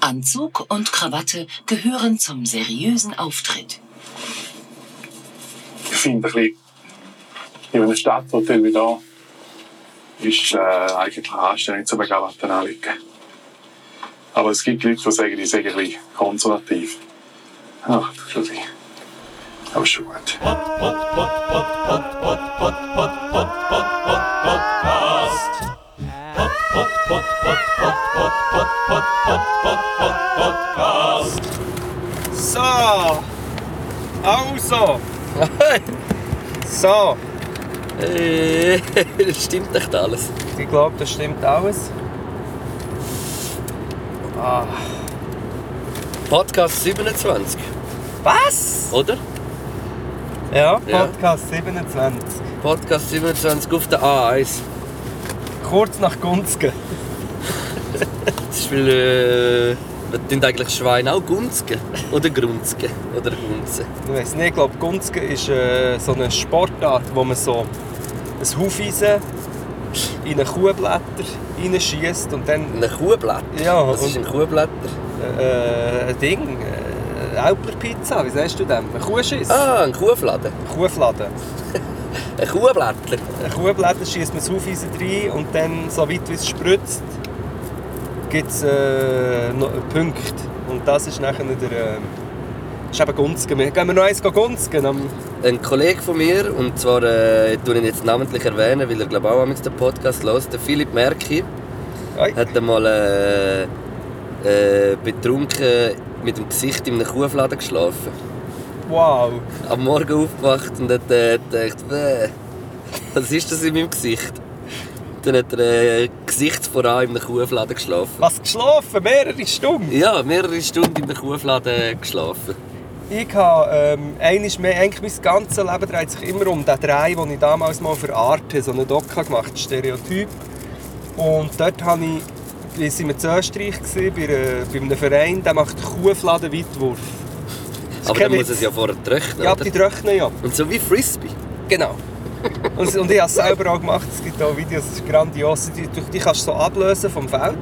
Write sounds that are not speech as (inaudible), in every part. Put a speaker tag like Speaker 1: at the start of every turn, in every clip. Speaker 1: Anzug und Krawatte gehören zum seriösen Auftritt.
Speaker 2: Ich finde, ein bisschen in einem Stadthotel wie hier ist äh, eigentlich anstrengend, so eine Krawatte anlegen. Aber es gibt Leute, die sagen, die seien ein bisschen konservativ. Ach, das ist ein bisschen- aber schon gut.
Speaker 3: So,
Speaker 4: (laughs)
Speaker 3: also. so,
Speaker 4: Äh, (laughs) das stimmt nicht alles.
Speaker 3: ich glaube, das stimmt alles. Ah.
Speaker 4: Podcast 27,
Speaker 3: Was?
Speaker 4: oder?
Speaker 3: Ja,
Speaker 4: Ja.
Speaker 3: Podcast 27.
Speaker 4: Podcast 27 auf der A1.
Speaker 3: Kurz nach Gunzgen.
Speaker 4: Das ist weil, äh, wir tun eigentlich Schweine auch Gunzgen. Oder Grunzgen. Oder Gunzen.
Speaker 3: Ich weiß nicht, ich glaube, Gunzgen ist äh, so eine Sportart, wo man so ein Hufeisen in eine Kuhblätter reinschießt und dann
Speaker 4: Ein Kuhblatt.
Speaker 3: Ja,
Speaker 4: Was ist
Speaker 3: und-
Speaker 4: ein Kuhblätter?
Speaker 3: äh, ein Ding, äh, eine Alperpizza, wie sagst du dem? Ein Kuhschiss?
Speaker 4: Ah, ein Kuhfladen.
Speaker 3: Ein Kuhfladen.
Speaker 4: Ein Kuhblättler.
Speaker 3: Ein Kuhblätter schießt man das Hufeisen rein und dann, so weit wie es spritzt, gibt es äh, noch Punkte. Und das ist nachher der... Äh, ist eben Gunzgen. Wir- Gehen wir noch eins Gunzgen? am-
Speaker 4: Ein Kollege von mir, und zwar äh, tue ich ihn jetzt namentlich erwähnen, weil er glaube auch mit den Podcast hört, der Philipp Merki,
Speaker 3: Oi.
Speaker 4: hat einmal äh, äh, betrunken mit dem Gesicht in einem Kuhfladen geschlafen.
Speaker 3: Wow.
Speaker 4: Am Morgen aufgewacht und hat äh, gedacht, «Bäh, was ist das in meinem Gesicht? Dann hat er äh, gesichtsvoran in einem Kuhfladen geschlafen.
Speaker 3: Was geschlafen? Mehrere Stunden?
Speaker 4: Ja, mehrere Stunden in einem Kuhfladen geschlafen.
Speaker 3: Ich habe ähm, eines mehr, eigentlich mein ganzes Leben dreht sich immer um den Drei, den ich damals mal für Arte, so einen Doka gemacht Stereotyp. Und dort habe ich, wir waren in Österreich, gewesen, bei, einer, bei einem Verein, der macht Kuhfladen-Weitwurf.
Speaker 4: Aber
Speaker 3: kein
Speaker 4: dann muss
Speaker 3: Witz.
Speaker 4: es ja vorher trocknen,
Speaker 3: Ja,
Speaker 4: oder?
Speaker 3: die trocknen ja.
Speaker 4: Und so wie Frisbee.
Speaker 3: Genau. (laughs) Und, und ich habe es selber auch gemacht. Es gibt auch Videos, das ist grandios. Die, durch die kannst du so ablösen vom Feld.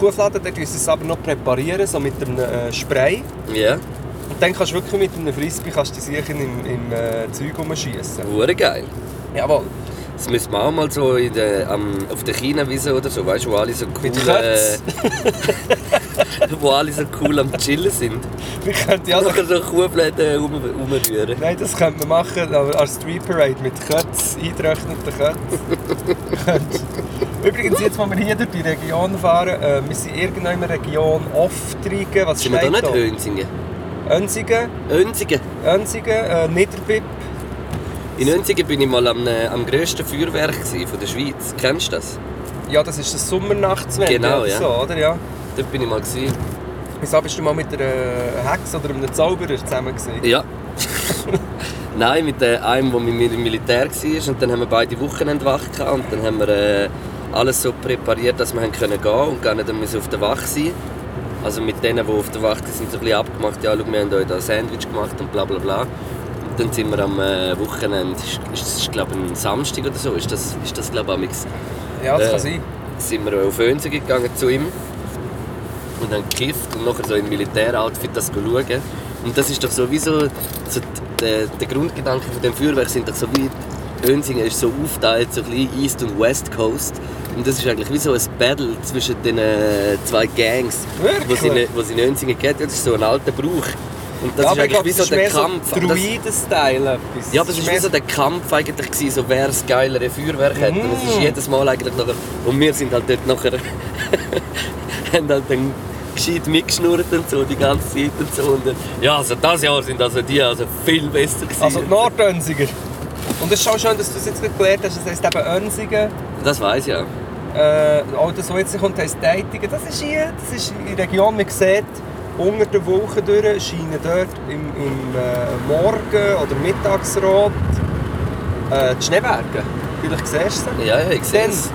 Speaker 3: Kuhfladen, dort müssen sie es aber noch präparieren, so mit einem äh, Spray.
Speaker 4: Ja,
Speaker 3: Und dann kannst du wirklich mit einem Frisbee kannst du die sicher im, im äh, Zeug rumschiessen.
Speaker 4: hure geil.
Speaker 3: Jawohl.
Speaker 4: Das müssen wir auch mal so in der, am, auf der China-Wiese oder so, weißt du, wo alle so cool,
Speaker 3: Kötz.
Speaker 4: (laughs) wo alle so cool am Chillen sind.
Speaker 3: Wir könnten ja
Speaker 4: Ja,
Speaker 3: noch...
Speaker 4: Nachher so Kuhblätter rum, rumrühren.
Speaker 3: Nein, das könnte man machen aber als Street Parade mit Kötz, eingetrockneten Kötz. Übrigens, jetzt, wo wir hier durch die Region fahren, äh, wir sind irgendwo in der Region Oftrigen, was
Speaker 4: Sind wir da
Speaker 3: steht
Speaker 4: nicht
Speaker 3: da?
Speaker 4: Önsigen?
Speaker 3: Önsigen,
Speaker 4: Önsigen.
Speaker 3: Önsigen, äh, Niederbipp.
Speaker 4: In Önsigen bin ich mal am, äh, am grössten Feuerwerk gsi von der Schweiz. Kennst du das?
Speaker 3: Ja, das ist das Sommernachtswende
Speaker 4: Genau,
Speaker 3: oder
Speaker 4: ja.
Speaker 3: so, oder? Ja.
Speaker 4: Dort bin ich mal. gsi.
Speaker 3: Wieso bist du mal mit einer äh, Hexe oder einem Zauberer zusammen gewesen?
Speaker 4: Ja. (laughs) Nein, mit äh, einem, der mit mir im Militär war. Und dann haben wir beide Wochenende wach gehabt. Und dann haben wir äh, alles so präpariert, dass wir haben können gehen und gar nicht müssen auf der Wache sein Also mit denen, die auf der Wache sind, so ein bisschen abgemacht. Ja, schau, wir haben euch da ein Sandwich gemacht und bla bla bla. Und dann sind wir am äh, Wochenende, ist, ist, ist glaube ein Samstag oder so, ist das, ist das glaube ich, am
Speaker 3: Ja, das
Speaker 4: Äh.
Speaker 3: kann sein.
Speaker 4: sind wir auf Önsen gegangen zu ihm und haben gekifft und nachher so im Militäroutfit das schauen. Und das ist doch sowieso, so d- der, der Grundgedanke von dem Feuerwerk sind doch so wie, Önsingen ist so aufgeteilt, so ein bisschen East und West Coast. Und das ist eigentlich wie so ein Battle zwischen den äh, zwei Gangs, die es in,
Speaker 3: Wirklich?
Speaker 4: wo's in Önsingen gibt. Ja, Das ist so ein alter Brauch. Und
Speaker 3: ja,
Speaker 4: das ist
Speaker 3: aber ich
Speaker 4: eigentlich
Speaker 3: glaub,
Speaker 4: wie
Speaker 3: das
Speaker 4: so
Speaker 3: ist
Speaker 4: der
Speaker 3: mehr so
Speaker 4: Kampf. Das-
Speaker 3: Druiden-Style etwas.
Speaker 4: ja, aber es
Speaker 3: ist
Speaker 4: war
Speaker 3: mehr
Speaker 4: wie so der Kampf eigentlich, gewesen, so, wer das geilere Feuerwerk hat. Und es ist
Speaker 3: Mm.
Speaker 4: jedes Mal eigentlich nachher... Und wir sind halt dort nachher... (laughs) haben halt dann gescheit mitgeschnurrt und so, die ganze Zeit und so. Und dann, ja, also das Jahr sind also die also viel besser gewesen.
Speaker 3: Also die Nordönsiger. Und es ist auch schön, dass du es jetzt gerade gelernt hast. Das heisst eben Önsigen.
Speaker 4: das weiss ich auch.
Speaker 3: Äh, auch das, was jetzt kommt, heisst Deitigen. Das ist hier. Das ist die Region, man sieht, unter der Woche durch scheinen dort im, im äh, Morgen- oder Mittagsrot äh, die Schneeberge. Vielleicht siehst du sie.
Speaker 4: Ja, ja, ich sehe
Speaker 3: Dann,
Speaker 4: es.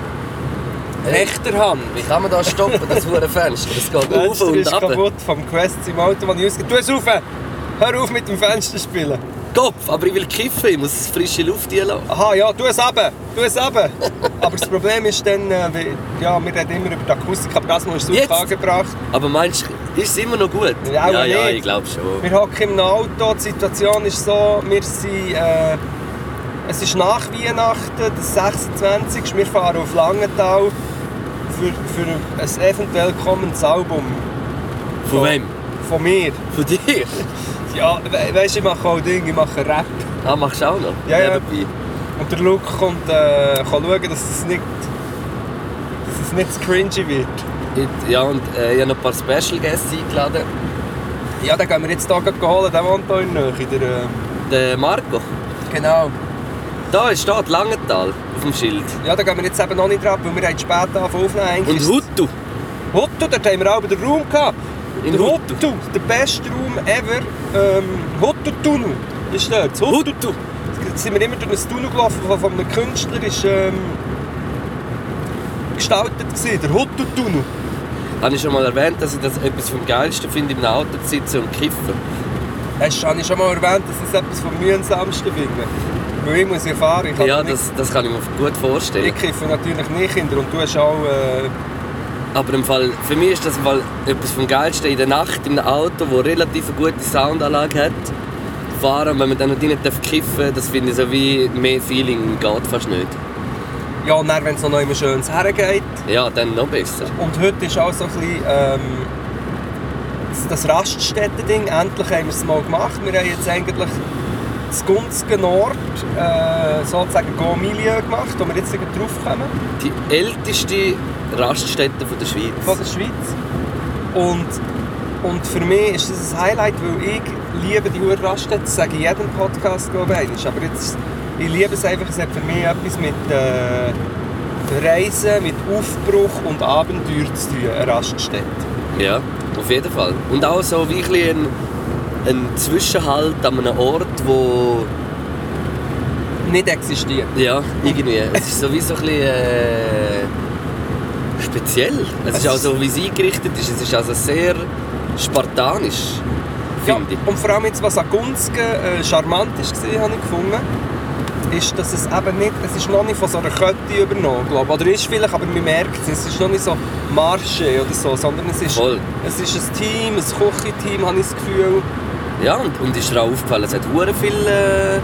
Speaker 3: rechter Hand.
Speaker 4: Wie kann man da stoppen, das verdammte Fenster? Das geht auf
Speaker 3: Fenster
Speaker 4: und
Speaker 3: ist
Speaker 4: ab.
Speaker 3: kaputt vom Quest im Auto, das ich ausgehe. Tu es auf! Hör auf mit dem Fenster zu spielen!
Speaker 4: Kopf, aber ich will kiffen, ich muss frische Luft reinlassen.
Speaker 3: Aha, ja, tu es eben, tu es
Speaker 4: (laughs)
Speaker 3: eben. aber das Problem ist dann, äh, wie- ja, wir reden immer über die Akustik, aber das hast du
Speaker 4: Jetzt?
Speaker 3: super angebracht.
Speaker 4: Aber meinst du, ist es immer noch gut?
Speaker 3: Ja, aber
Speaker 4: ja, ja
Speaker 3: nicht.
Speaker 4: ich glaube schon.
Speaker 3: Wir hocken im Auto, die Situation ist so, wir sind, äh, es ist nach Weihnachten, das 26. Wir fahren auf Langenthal für, für ein eventuell kommendes Album.
Speaker 4: Von wem?
Speaker 3: Von mir.
Speaker 4: Von dir?
Speaker 3: Ja, we weißt du, ich mache auch Dinge, ich mache Rap.
Speaker 4: Ah, machst du auch noch?
Speaker 3: Ja, ja.
Speaker 4: Nebenbei.
Speaker 3: Und der Luke kommt, äh, kann schauen, dass es nicht, dass es nicht zu cringy wird.
Speaker 4: Ich- Ja, und äh, ich habe noch ein paar Special Guests eingeladen.
Speaker 3: Ja, den gehen wir jetzt hier gerade holen, den wohnt hier in der Nähe. Der, äh,
Speaker 4: Der Marco.
Speaker 3: genau.
Speaker 4: Da steht Langenthal auf dem Schild.
Speaker 3: Ja, da gehen wir jetzt eben noch nicht dran, weil wir haben spät angefangen aufnehmen. Eigentlich
Speaker 4: Und
Speaker 3: ist-
Speaker 4: Hutu.
Speaker 3: Huttu, dort haben wir auch den Raum gehabt.
Speaker 4: In
Speaker 3: der
Speaker 4: Huttu.
Speaker 3: Huttu, der beste Raum ever. Ähm, Huttu-Tunnel ist dort. Das Huttu.
Speaker 4: Hutu.
Speaker 3: Jetzt sind wir immer durch ein Tunnel gelaufen, der von einem Künstler ist, ähm, gestaltet war. Der Huttu-Tunnel.
Speaker 4: Habe ich schon mal erwähnt, dass ich das etwas vom Geilsten finde, im Auto zu sitzen und kiffen.
Speaker 3: Hast habe ich schon mal erwähnt, dass es etwas vom mühsamsten finde? Weil ich muss ja fahren. Ich kann
Speaker 4: Ja,
Speaker 3: nicht-
Speaker 4: das, das kann ich mir gut vorstellen.
Speaker 3: Ich kiffe natürlich nicht, Kinder. Und du hast auch... Äh,
Speaker 4: Aber im Fall, für mich ist das im Fall etwas vom Geilsten in der Nacht in einem Auto, das relativ eine gute Soundanlage hat. Fahren, wenn man dann noch drin darf kiffen, das finde ich so wie mehr Feeling geht fast nicht.
Speaker 3: ja, und dann, wenn es noch immer schönes hergeht.
Speaker 4: Ja, dann noch besser.
Speaker 3: Und heute ist auch so ein bisschen, ähm, das Raststätten-Ding. Endlich haben wir es mal gemacht. Wir haben jetzt eigentlich das Gunzige Nord, äh, sozusagen Go Milieu gemacht, wo wir jetzt gerade draufkommen,
Speaker 4: Die älteste Raststätte von der
Speaker 3: von der
Speaker 4: Schweiz.
Speaker 3: Schweiz. Und, und für mich ist das ein Highlight, weil ich liebe die Uhr Raststätte. Das sage ich in jedem Podcast, glaube ich. Aber jetzt, ich liebe es einfach. Es hat für mich etwas mit äh, Reisen, mit Aufbruch und Abenteuer zu tun, eine Raststätte.
Speaker 4: Ja, auf jeden Fall. Und auch so wie ein, bisschen ein, ein Zwischenhalt an einem Ort, wo
Speaker 3: Nicht existiert.
Speaker 4: Ja, irgendwie. Es ist sowieso ein bisschen äh, speziell. Es ist auch so, wie es eingerichtet ist. Es ist also sehr spartanisch,
Speaker 3: Ja,
Speaker 4: finde
Speaker 3: und vor allem jetzt, was an Gunzgen äh, charmant war, habe ich gefunden, ist, dass es eben nicht, es ist noch nicht von so einer Kette übernommen, glaube ich. Oder ist vielleicht, aber man merkt es, es ist noch nicht so Marche oder so, sondern es
Speaker 4: ich.
Speaker 3: ist,
Speaker 4: Voll.
Speaker 3: es ist ein Team, ein Küchenteam, habe ich das Gefühl.
Speaker 4: Ja, und, und ist dir auch aufgefallen, es hat hure viel äh,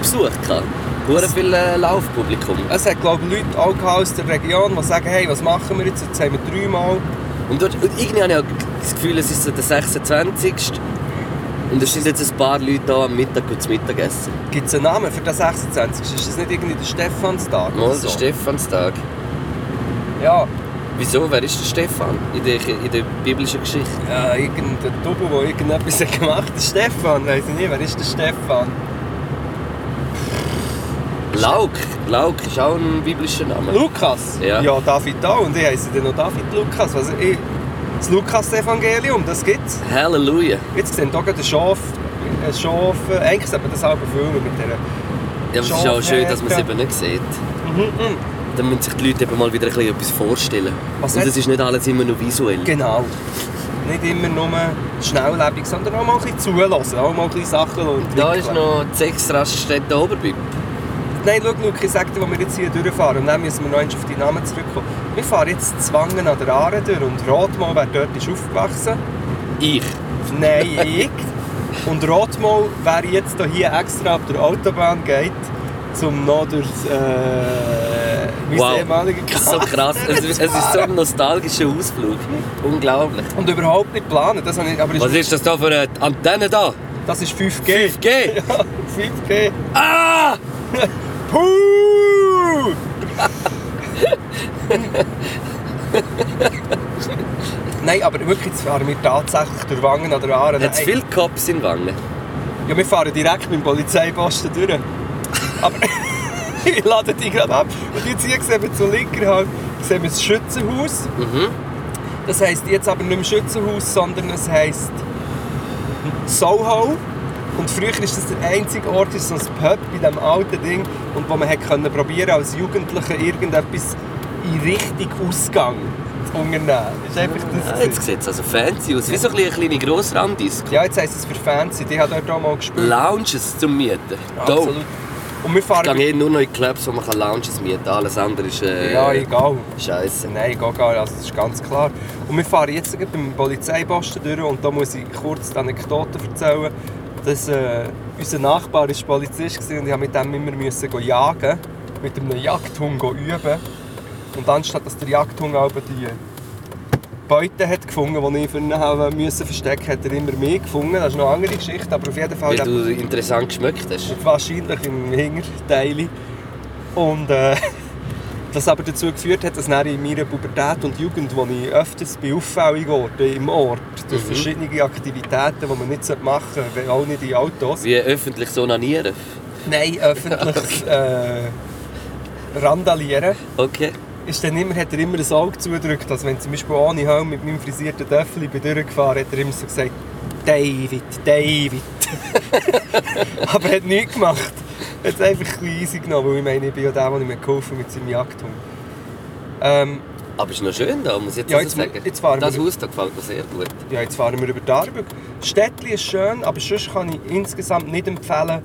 Speaker 4: Besuch gehabt. Hure viel äh, Laufpublikum.
Speaker 3: Es hat, glaube ich, Leute auch gehabt aus der Region, die sagen, hey, was machen wir jetzt, jetzt haben wir dreimal.
Speaker 4: Und, dort, und irgendwie habe ich auch das Gefühl, es ist so der 26. Und es sind jetzt ein paar Leute da am Mittag und zum Mittagessen.
Speaker 3: Gibt es einen Namen für den 26. Ist das nicht irgendwie der Stefanstag?
Speaker 4: Mal
Speaker 3: oder
Speaker 4: der
Speaker 3: so?
Speaker 4: Stephanstag.
Speaker 3: Ja,
Speaker 4: Wieso? Wer ist der Stefan in der, in der biblischen Geschichte?
Speaker 3: Ja, äh, irgendein Double, der irgendetwas (laughs) hat gemacht hat. Stefan, weiß ich nicht, wer ist der Stefan?
Speaker 4: Lauk. Lauk ist auch ein biblischer Name.
Speaker 3: Lukas?
Speaker 4: Ja.
Speaker 3: ja David auch. Und ich heiße dann noch David Lukas. Also ich, das Lukas-Evangelium, das gibt's.
Speaker 4: Halleluja.
Speaker 3: Jetzt sind hier gerade ein Schaf. Ein Schaf. äh, Eigentlich sollte man das auch filmen mit dieser.
Speaker 4: Ja, aber es ist auch schön, dass man es
Speaker 3: Schafherde.
Speaker 4: eben nicht sieht.
Speaker 3: Mhm,
Speaker 4: Dann müssen sich die Leute eben mal wieder ein bisschen etwas vorstellen.
Speaker 3: Was
Speaker 4: Und
Speaker 3: hat-
Speaker 4: es ist nicht alles immer nur visuell.
Speaker 3: Genau. Nicht immer nur schnelllebig, sondern auch mal ein bisschen zulassen. Auch mal ein bisschen Sachen und
Speaker 4: Da ist noch die Sechsraststätte Oberbib.
Speaker 3: Nein, schau, Luke, ich sage dir, wo wir jetzt hier durchfahren. Und dann müssen wir noch einmal auf die Namen zurückkommen. Wir fahren jetzt Zwangen an der Aare durch. Und Rothmau, wer dort ist aufgewachsen?
Speaker 4: Ich.
Speaker 3: Nein, ich. Und Rothmau, wer jetzt da hier extra ab der Autobahn geht, um noch durch äh, mein
Speaker 4: Wow.
Speaker 3: ehemaliger
Speaker 4: Das ist so krass. Es ist, es ist so ein nostalgischer Ausflug. Unglaublich.
Speaker 3: Und überhaupt nicht planen. Das, habe ich, aber
Speaker 4: Was
Speaker 3: ist,
Speaker 4: ist das da für eine Antenne da?
Speaker 3: das ist 5G.
Speaker 4: 5G?
Speaker 3: 5G.
Speaker 4: Ah!
Speaker 3: Puh! (laughs) Nein, aber wirklich, jetzt fahren wir tatsächlich durch Wangen an der Aare.
Speaker 4: Hat es
Speaker 3: Nein.
Speaker 4: viele Cops in Wangen?
Speaker 3: Ja, wir fahren direkt mit dem Polizeiposten durch. Aber (laughs) ich lade dich gerade ab. Und jetzt hier sehen wir zur linken Hand sehen wir das Schützenhaus.
Speaker 4: Mhm.
Speaker 3: Das heisst jetzt aber nicht mehr Schützenhaus, sondern es heisst Soho. Und früher ist das der einzige Ort, ist so ein Pub bei diesem alten Ding. Und wo man hat können probieren als Jugendlicher irgendetwas in Richtung Ausgang unternehmen. Das ist einfach das.
Speaker 4: Ja, jetzt sieht es also fancy aus. Wie so ein bisschen eine kleine Grossrandis.
Speaker 3: Ja, jetzt heisst es für Fancy. Die hat dort auch mal gespielt.
Speaker 4: Lounges zum Mieten.
Speaker 3: Absolut.
Speaker 4: Dope.
Speaker 3: Und wir
Speaker 4: Ich
Speaker 3: fahren.
Speaker 4: gehe eh nur noch in Clubs, wo man kann Lounges mieten kann. Alles andere ist äh,
Speaker 3: Ja, egal.
Speaker 4: Scheiße.
Speaker 3: Nein, geht gar nicht. Also, das ist ganz klar. Und wir fahren jetzt gerade beim Polizeiposten durch und da muss ich kurz die Anekdote erzählen. Dass, äh, unser Nachbar war Polizist gewesen und ich musste mit dem immer müssen go jagen. Mit einem Jagdhund go üben. Und anstatt dass der Jagdhund aber die Beute hat gefunden, die ich für ihn habe müssen verstecken, hat er immer mehr gefunden. Das ist noch eine andere Geschichte, aber auf jeden Fall...
Speaker 4: Weil
Speaker 3: der-
Speaker 4: du interessant geschmeckt hast.
Speaker 3: Wahrscheinlich im Hinterteil. Und äh, (laughs) das aber dazu geführt hat, dass dann in meiner Pubertät und Jugend, wo ich öfters bei auffälligen Orten im Ort, durch verschiedene Aktivitäten, die man nicht machen sollte, wenn auch nicht in Autos,
Speaker 4: Wie öffentlich so nanieren.
Speaker 3: nein, öffentliches äh, Randalieren,
Speaker 4: Okay.
Speaker 3: ist dann immer, hat er immer ein Auge zugedrückt. Also wenn zum Beispiel ohne Helm mit meinem frisierten Töffel bin durchgefahren, hat er immer so gesagt, David, David. (laughs) Aber er hat nichts gemacht. Er hat es einfach ein bisschen easy genommen, weil ich meine, ich bin ja der, der mir geholfen mit seinem Jagdhund. Ähm,
Speaker 4: Aber ist noch schön da, muss ich jetzt,
Speaker 3: Ja,
Speaker 4: also
Speaker 3: jetzt-
Speaker 4: sagen.
Speaker 3: jetzt fahren wir-
Speaker 4: das Haus da gefällt mir sehr gut.
Speaker 3: ja, jetzt fahren wir über die Arbeit. Städtli ist schön, aber sonst kann ich insgesamt nicht empfehlen,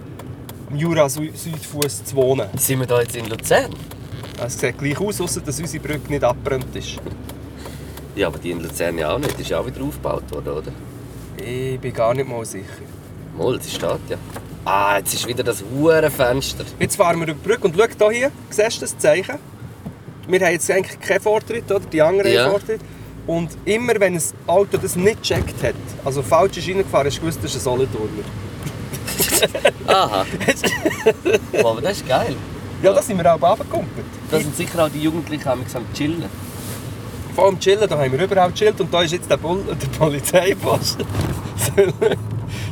Speaker 3: im Jura Sü- Südfuss zu wohnen.
Speaker 4: Sind wir da jetzt in Luzern?
Speaker 3: Es sieht gleich aus, außer dass unsere Brücke nicht abbrennt ist.
Speaker 4: Ja, aber die in Luzern ja auch nicht. Die ist ja auch wieder aufgebaut worden, oder?
Speaker 3: Ich bin gar nicht mal sicher.
Speaker 4: Mol, sie steht ja. Ah, jetzt ist wieder das hure Fenster.
Speaker 3: Jetzt fahren wir über die Brücke und schau hier, siehst du das Zeichen? Wir haben jetzt eigentlich keinen Vortritt, oder? Die anderen
Speaker 4: Ja.
Speaker 3: haben Vortritt. Und immer wenn ein Auto das nicht gecheckt hat, also falsch ist reingefahren, hast du gewusst, das ist ein Solothurner.
Speaker 4: (laughs) Aha. Oh, aber das ist geil.
Speaker 3: Ja, da sind wir auch runtergekumpelt.
Speaker 4: Da sind sicher auch die Jugendlichen am am chillen.
Speaker 3: Vor allem chillen, da haben wir überall gechillt und da ist jetzt der, Pol (laughs) der Polizeiposten. (laughs)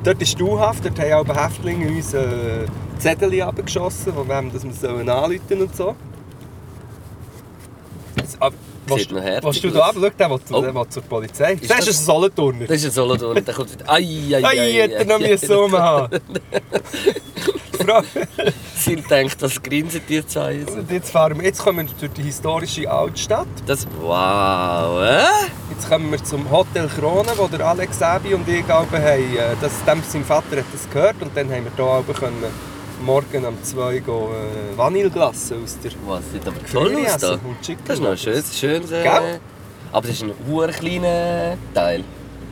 Speaker 3: dort ist Stuhaft, dort haben auch Häftlinge uns äh, Zettel abgeschossen, von wem dass wir sollen anrufen und so. Also, Jetzt, aber, willst,
Speaker 4: noch herzig
Speaker 3: willst du da
Speaker 4: aus.
Speaker 3: ab? Schau, der will,
Speaker 4: Oh.
Speaker 3: zu- der will zur Polizei. Siehst du,
Speaker 4: das-
Speaker 3: das ist ein Solothurner.
Speaker 4: Das ist ein Solothurn, der kommt wieder. Ai, ai,
Speaker 3: Ei,
Speaker 4: ai,
Speaker 3: hätte er noch müssen (laughs) rumhaben müssen.
Speaker 4: Sie denkt, das grinsen die zwei.
Speaker 3: Und jetzt fahren wir, jetzt kommen wir durch die historische Altstadt.
Speaker 4: Das, wow, äh?
Speaker 3: Jetzt kommen wir zum Hotel Krone, wo der Alex Abi und ich glaube, haben, äh, das, dem, sein Vater hat das gehört und dann haben wir hier oben können, morgen um 2 Uhr äh, Vanilleglasse aus der
Speaker 4: Was sieht aber toll
Speaker 3: Gefrierung
Speaker 4: aus da.
Speaker 3: essen und Chicken
Speaker 4: Das ist noch ein
Speaker 3: Nuggets.
Speaker 4: schönes, schönes. Äh,
Speaker 3: Gell?
Speaker 4: aber das ist ein hoher kleiner Teil.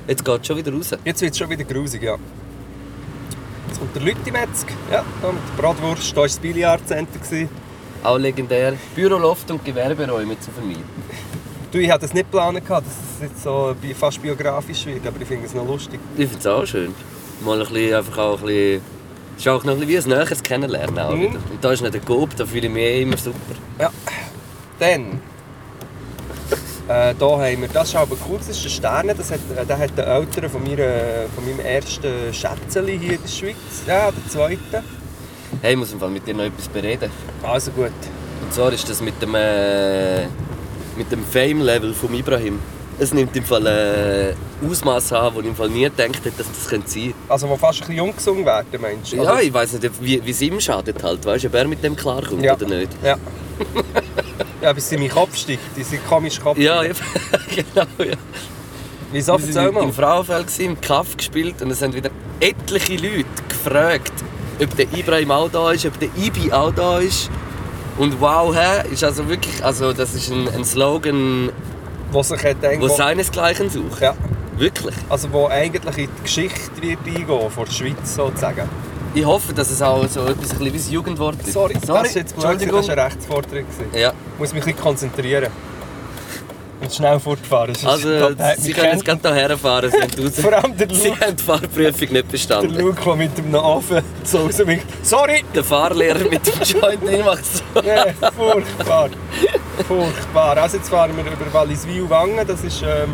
Speaker 4: Jetzt geht es schon wieder raus.
Speaker 3: Jetzt wird es schon wieder grusig, ja. Jetzt kommt der Lütimetzg, ja, da mit der Bratwurst, da war das Billiardcenter. gewesen.
Speaker 4: Auch legendär. Büroloft und Gewerberäume zu vermeiden.
Speaker 3: Du, ich hatte das nicht geplant, gehabt, dass es jetzt so bi- fast biografisch wird, aber ich finde es noch lustig.
Speaker 4: Ich finde es auch schön. Mal ein bisschen, einfach auch ein bisschen. Es ist auch noch ein bisschen wie ein näheres Kennenlernen. Auch
Speaker 3: Mhm.
Speaker 4: wieder. Und da ist nicht der Gob, da fühle ich mich eh immer super.
Speaker 3: Ja. Dann. Äh, da haben wir, das ist aber cool, das ist ein Stern, das hat, äh, den hat der Eltern von, meiner, von meinem ersten Schätzeli hier in der Schweiz, ja, der zweiten.
Speaker 4: Hey, ich muss im Fall mit dir noch etwas bereden.
Speaker 3: Also gut.
Speaker 4: Und zwar ist das mit dem, äh, mit dem Fame-Level von Ibrahim. Es nimmt im Fall äh, Ausmaß an, wo ich im Fall nie gedacht hätte, dass das könnte sein
Speaker 3: Also wo fast ein bisschen ungesund werden, meinst du?
Speaker 4: Ja,
Speaker 3: oder?
Speaker 4: ich weiß nicht, wie wie es ihm schadet halt. Weißt du, ob er mit dem klarkommt
Speaker 3: Ja.
Speaker 4: oder nicht?
Speaker 3: Ja. (laughs) ja, bis sie meinen Kopf steigt, diese komische Kopf.
Speaker 4: Ja, eben. (laughs) genau. Ja.
Speaker 3: Wieso,
Speaker 4: wir
Speaker 3: erzähl
Speaker 4: waren im
Speaker 3: mal.
Speaker 4: Frauenfeld, gewesen, im Kaff gespielt und es haben wieder etliche Leute gefragt, ob der Ibrahim auch da ist, ob der Ibi auch da ist. Und wow, hä? Ist also wirklich, also das ist ein, ein Slogan,
Speaker 3: Wo sich hat
Speaker 4: wo
Speaker 3: irgendwo,
Speaker 4: seinesgleichen sucht.
Speaker 3: ja,
Speaker 4: Wirklich.
Speaker 3: also wo eigentlich in die Geschichte wird eingehen, von der Schweiz sozusagen.
Speaker 4: Ich hoffe, dass es auch so etwas ein bisschen wie das Jugendwort ist.
Speaker 3: Sorry, das ist jetzt blöd, das
Speaker 4: Entschuldigung.
Speaker 3: war ein Rechtsvortritt. gewesen.
Speaker 4: Ja,
Speaker 3: Ich muss mich ein bisschen konzentrieren. Und schnell fortfahren. sonst-
Speaker 4: also
Speaker 3: Äh,
Speaker 4: Sie
Speaker 3: mich
Speaker 4: können jetzt
Speaker 3: kennt
Speaker 4: gerade hierher fahren, Sie haben raus-
Speaker 3: (laughs) Vor allem der
Speaker 4: Sie
Speaker 3: Luke,
Speaker 4: haben die Fahrprüfung nicht
Speaker 3: der
Speaker 4: bestanden.
Speaker 3: Luke der mit dem Affen (laughs) so rauswinkt. Sorry!
Speaker 4: Der Fahrlehrer mit
Speaker 3: (laughs)
Speaker 4: dem Joint nicht macht so.
Speaker 3: Nee, furchtbar. Furchtbar. Also jetzt fahren wir über Walliswil-Wangen. Das ist... Ähm,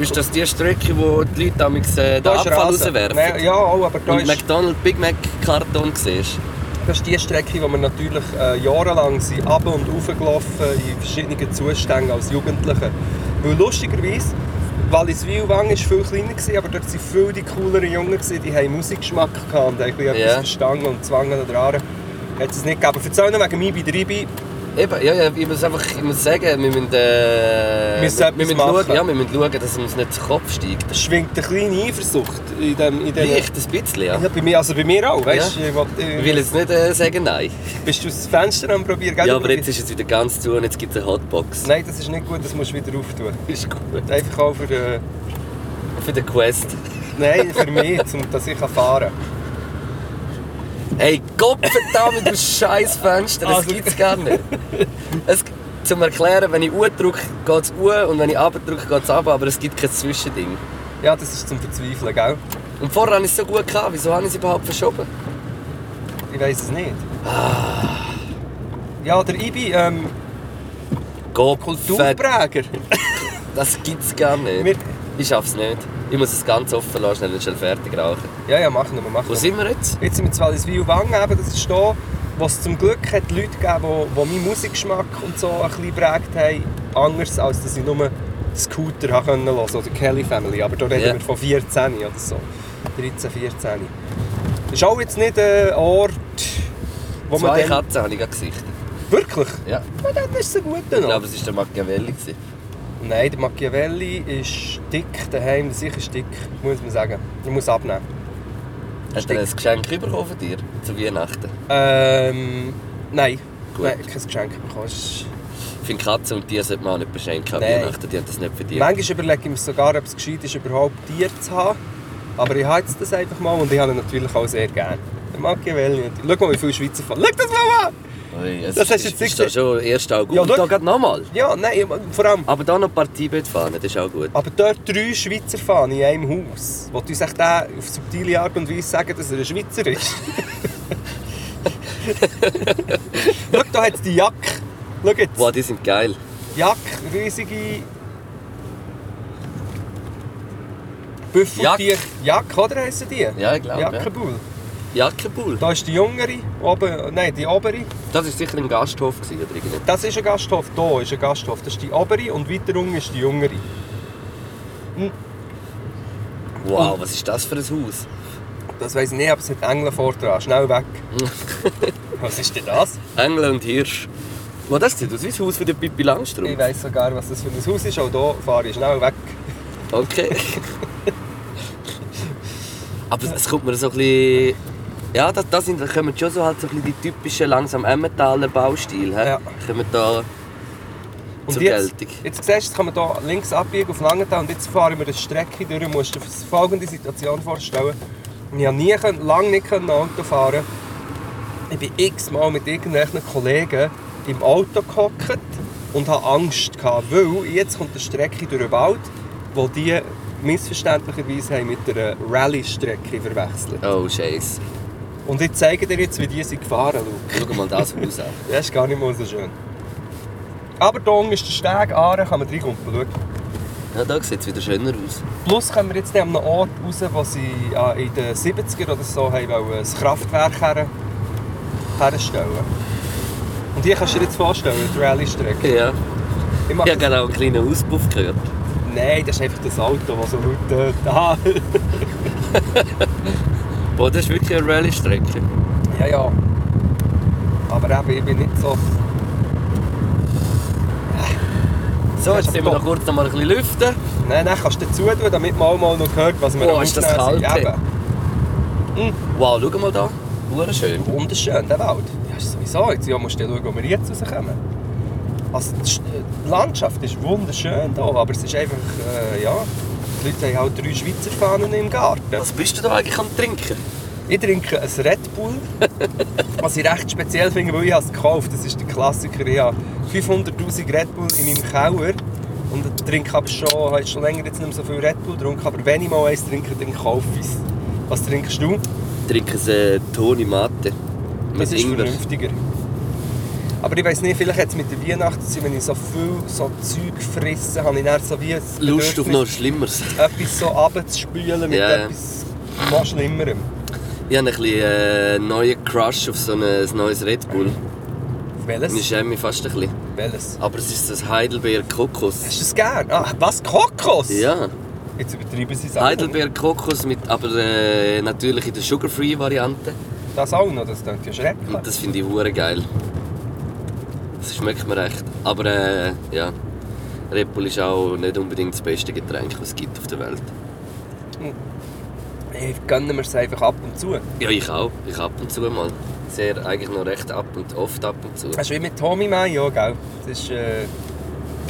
Speaker 4: Ist das die Strecke, wo die Leute damals äh, den
Speaker 3: da ist
Speaker 4: Abfall
Speaker 3: Rasen.
Speaker 4: rauswerfen?
Speaker 3: Nein, ja, auch, aber da
Speaker 4: Und
Speaker 3: ist,
Speaker 4: McDonald's Big Mac Karton siehst.
Speaker 3: das ist die Strecke, wo wir natürlich äh, jahrelang sind, ab und aufgelaufen in verschiedenen Zuständen als Jugendliche. Weil lustigerweise, Walliswil-Wangen war viel kleiner, gewesen, aber dort waren viel die cooleren Jungen, gewesen, die haben Musikgeschmack gehabt und haben ein bisschen etwas
Speaker 4: Ja.
Speaker 3: verstanden und zwangen daran. Hat es nicht gegeben. Aber erzähl noch wegen mir bei der Ibi.
Speaker 4: Eben, ja, ja, ich muss einfach ich muss sagen, wir müssen, äh,
Speaker 3: Wir müssen
Speaker 4: wir,
Speaker 3: etwas
Speaker 4: wir müssen
Speaker 3: machen.
Speaker 4: schauen, ja, wir müssen schauen, dass es uns nicht zu Kopf steigt.
Speaker 3: Es schwingt eine kleine Eifersucht in dem... In dem
Speaker 4: Leicht ein bisschen, ja.
Speaker 3: Ja, bei mir, also bei mir auch, weißt du?
Speaker 4: Ja.
Speaker 3: Ich wollt-
Speaker 4: Ich will
Speaker 3: äh,
Speaker 4: jetzt nicht äh, sagen nein.
Speaker 3: Bist du das Fenster am probieren? gell?
Speaker 4: Ja,
Speaker 3: Du
Speaker 4: aber jetzt
Speaker 3: probierst-
Speaker 4: ist es wieder ganz zu und jetzt gibt es eine Hotbox.
Speaker 3: Nein, das ist nicht gut, das musst du wieder auftun.
Speaker 4: Ist gut.
Speaker 3: Einfach auch für... Äh,
Speaker 4: Für die Quest.
Speaker 3: nein, für mich, zum, dass ich kann fahren
Speaker 4: Hey, Gottverdammt, du scheiß Fenster, das
Speaker 3: Also-
Speaker 4: gibt's gar nicht. Es, zum Erklären, wenn ich U drücke, geht's U und wenn ich runter drücke, geht's runter, aber es gibt kein Zwischending.
Speaker 3: kann. Ja, das ist zum Verzweifeln, gell?
Speaker 4: Und vorher hatte ich es so gut, gehabt. wieso habe ich es überhaupt verschoben?
Speaker 3: Ich weiß es nicht. Ja, der Ibi, ähm,
Speaker 4: Gottverd...
Speaker 3: Kulturpräger.
Speaker 4: Das gibt's gar nicht.
Speaker 3: Wir-
Speaker 4: Ich schaff's nicht. Ich muss es ganz offen lassen, schnell, schnell fertig rauchen.
Speaker 3: Ja, ja, machen wir, machen
Speaker 4: Wo
Speaker 3: wir.
Speaker 4: sind wir jetzt?
Speaker 3: Jetzt sind wir zwar in Wilwangen, aber das ist hier, wo es zum Glück hat Leute gegeben hat, die meinen Musikgeschmack und so ein bisschen geprägt haben. Anders als dass ich nur Scooter habe hören konnte oder Kelly Family. Aber da reden
Speaker 4: Ja.
Speaker 3: wir von 14 oder so. 13, 14. Ist auch jetzt nicht ein Ort, wo man
Speaker 4: Zwei
Speaker 3: dann...
Speaker 4: Katzen habe ich gerade gesichtet.
Speaker 3: Wirklich?
Speaker 4: Ja.
Speaker 3: Ja, dann ist es ein guter
Speaker 4: Ich
Speaker 3: noch.
Speaker 4: glaube, es war der Machiavelli. gewesen.
Speaker 3: Nein, der Machiavelli ist dick daheim. Sicher ist dick, muss man sagen. Ich muss abnehmen.
Speaker 4: Hat er ein Geschenk bekommen von dir zu Weihnachten?
Speaker 3: Ähm, nein.
Speaker 4: Gut.
Speaker 3: Nein, kein Geschenk bekommen. Es ist-
Speaker 4: Ich finde, Katzen und Tiere sollte man auch nicht beschenken an
Speaker 3: Nein.
Speaker 4: Weihnachten. Die haben das nicht verdient.
Speaker 3: Manchmal überlege ich mir sogar, ob es gescheit ist, überhaupt Tiere zu haben. Aber ich habe jetzt das einfach mal und ich habe ihn natürlich auch sehr gerne. Der Machiavelli. natürlich. Schau mal, wie viele Schweizer fahren. Schau das mal an!
Speaker 4: Ui, es
Speaker 3: Das hast
Speaker 4: ist,
Speaker 3: du jetzt
Speaker 4: ist da
Speaker 3: gesehen.
Speaker 4: schon 1. August.
Speaker 3: Ja,
Speaker 4: und
Speaker 3: schau.
Speaker 4: da geht nochmal.
Speaker 3: Ja, nein, ich- vor allem...
Speaker 4: Aber da noch Partie fahren, das ist auch gut.
Speaker 3: Aber dort drei Schweizer fahren in einem Haus. Wollt ihr uns echt auch auf subtile Art und Weise sagen, dass er ein Schweizer
Speaker 4: (laughs)
Speaker 3: ist? Schau, da hat es die Jacke. Schau jetzt.
Speaker 4: Boah, die sind geil.
Speaker 3: Jack, riesige. Büffeltier. Jack, oder heissen die?
Speaker 4: Ja, ich glaube, ja.
Speaker 3: Jackenbull.
Speaker 4: Jackenbull.
Speaker 3: Da ist die jüngere, oben, nein, die obere.
Speaker 4: Das war sicher ein Gasthof gewesen, oder irgendwie.
Speaker 3: Das ist ein Gasthof, da ist ein Gasthof. Das ist die obere und weiter unten ist die jüngere.
Speaker 4: Wow, was ist das für ein Haus?
Speaker 3: Das weiss ich nicht, aber es hat Engel vor dran. Schnell
Speaker 4: (laughs)
Speaker 3: weg. Was ist denn das?
Speaker 4: Engel und Hirsch. Wow, das sieht aus wie das Haus von der Pippi Langstrumpf.
Speaker 3: Ich weiss sogar, was das für ein Haus ist, auch hier fahre ich schnell weg.
Speaker 4: (laughs) Okay. Aber es kommt mir so ein bisschen... Ja, das, das sind, da kommen schon so halt so ein bisschen die typischen langsam Emmentaler Baustil. hä?
Speaker 3: Ja.
Speaker 4: Kommen da zur
Speaker 3: jetzt,
Speaker 4: Geltung.
Speaker 3: jetzt siehst du, jetzt kann man hier links abbiegen auf Langenthal und jetzt fahren wir eine Strecke durch. Du musst dir folgende Situation vorstellen. Ich habe nie, können- lange nicht können Auto fahren. Ich bin x-mal mit irgendwelchen Kollegen im Auto gehockt und hatte Angst, gehabt, weil jetzt kommt eine Strecke durch den Wald, wo die missverständlicherweise haben mit einer Rallye-Strecke verwechselt
Speaker 4: Oh, Scheiße.
Speaker 3: Und ich zeige dir jetzt, wie die sind gefahren sind.
Speaker 4: Schau mal das Haus an.
Speaker 3: Das ist gar nicht mal so schön. Aber hier unten ist der Steg, Aare, kann man reinkumpeln. schauen.
Speaker 4: Ja, da sieht es wieder schöner aus.
Speaker 3: Plus kommen wir jetzt an einem Ort raus, wo sie ah, in den 70er oder so haben wollen, ein Kraftwerk her herstellen Und hier kannst du dir jetzt vorstellen, die Rallye-Strecke.
Speaker 4: Ja.
Speaker 3: Ich mach
Speaker 4: Ich habe
Speaker 3: das-
Speaker 4: gerade auch einen kleinen Auspuff gehört.
Speaker 3: Nein, das ist einfach das Auto, das so laut tönt. Ah,
Speaker 4: Boah, das ist wirklich eine Rallye-Strecke.
Speaker 3: ja, ja. Aber eben, ich bin nicht so...
Speaker 4: So,
Speaker 3: Das ist
Speaker 4: jetzt
Speaker 3: aber
Speaker 4: müssen wir noch
Speaker 3: top.
Speaker 4: kurz noch mal ein bisschen lüften.
Speaker 3: Nein, nein, kannst du dazu tun, damit man auch mal noch hört, was wir
Speaker 4: Oh,
Speaker 3: am
Speaker 4: ist das
Speaker 3: Aufnehmen
Speaker 4: kalt,
Speaker 3: sind.
Speaker 4: ey. Wow, schau mal da. Hure schön.
Speaker 3: Eben. Wunderschön, der Wald. Ja, ist sowieso. Jetzt ja, musst du schauen, wo wir jetzt rauskommen. Also, die Sch- die Landschaft ist wunderschön hier, aber es ist einfach, äh, ja... Die Leute haben halt drei Schweizer Fahnen im Garten.
Speaker 4: Was bist du da eigentlich am Trinken?
Speaker 3: Ich trinke ein Red Bull, was ich recht speziell finde, weil ich habe es gekauft Das ist der Klassiker. Ich habe 500'000 Red Bull in meinem Keller und ich trinke aber schon, habe jetzt schon länger jetzt nicht mehr so viel Red Bull getrunken, aber wenn ich mal eins trinke, dann kaufe ich es. Was trinkst du?
Speaker 4: Ich trinke einen Toni Mate. Mit
Speaker 3: Das ist
Speaker 4: Ingwer.
Speaker 3: vernünftiger. Aber ich weiß nicht, vielleicht hat es mit der Weihnacht zu tun, wenn ich so viel so Zeug fresse, habe ich dann so wie ein
Speaker 4: Lust auf
Speaker 3: Bedürfnis,
Speaker 4: noch Schlimmeres.
Speaker 3: etwas so runterzuspülen mit
Speaker 4: Ja, ja.
Speaker 3: etwas noch Schlimmerem.
Speaker 4: Ich habe ein bisschen äh, neuen Crush auf so ein, ein neues Red Bull.
Speaker 3: Welches?
Speaker 4: Ich schäme mich fast ein bisschen.
Speaker 3: Welches?
Speaker 4: Aber es ist das Heidelberg Kokos.
Speaker 3: Hast du es gern? Ah, was? Kokos?
Speaker 4: Ja,
Speaker 3: Jetzt übertreiben sie es auch.
Speaker 4: Heidelberg Kokos, mit, aber äh, natürlich in der Sugar-Free-Variante.
Speaker 3: Das auch noch, das klingt ja schrecklich.
Speaker 4: Und das finde ich hure geil. Das schmeckt mir recht. Aber äh, ja, Red Bull ist auch nicht unbedingt das beste Getränk, das es gibt auf der Welt.
Speaker 3: Ich gönne mir es einfach ab und zu.
Speaker 4: Ja, ich auch. Ich ab und zu mal. Sehr, eigentlich noch recht ab und oft ab und zu.
Speaker 3: Das ist wie mit Tommy Mayo, gell? Das ist... Äh...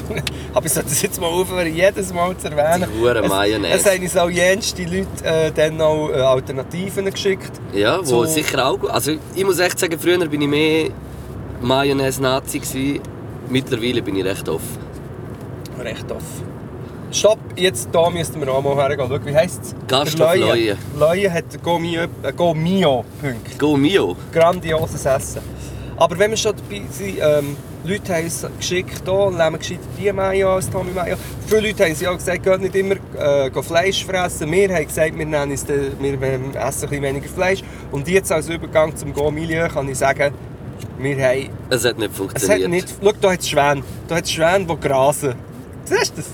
Speaker 3: (laughs) Aber ich sollte das jetzt mal aufhören, jedes Mal zu
Speaker 4: Die
Speaker 3: erwähnen.
Speaker 4: hure
Speaker 3: Es,
Speaker 4: Mayonnaise.
Speaker 3: es haben uns auch jenste Leute äh, dann noch äh, Alternativen geschickt.
Speaker 4: Ja, wo
Speaker 3: So-
Speaker 4: sicher auch gut. Also ich muss echt sagen, früher bin ich mehr Mayonnaise-Nazi. gewesen. Mittlerweile bin ich recht offen.
Speaker 3: Recht offen. Stopp, jetzt da müssten wir auch mal hergehen. Schau, wie heisst es?
Speaker 4: Gasthof Leue.
Speaker 3: Leue hat Gomio, äh, Gomio-Punkt.
Speaker 4: Go Mio!
Speaker 3: Grandioses Essen. Aber wenn wir schon dabei sind, ähm, Leute haben uns geschickt, hier, nehmen gescheit die Mayo als Tommy Mayo. Viele Leute haben sie auch gesagt, geht nicht immer äh, gehen Fleisch fressen. Wir haben gesagt, wir, nehmen uns den, wir ähm, essen ein bisschen weniger Fleisch. Und jetzt als Übergang zum Go Milieu kann ich sagen, wir haben...
Speaker 4: Es hat nicht
Speaker 3: Es hat
Speaker 4: funktioniert.
Speaker 3: nicht... Schau, hier hat es Schwäne. Hier hat es Schwäne, die grasen. Siehst
Speaker 4: (laughs)
Speaker 3: du das?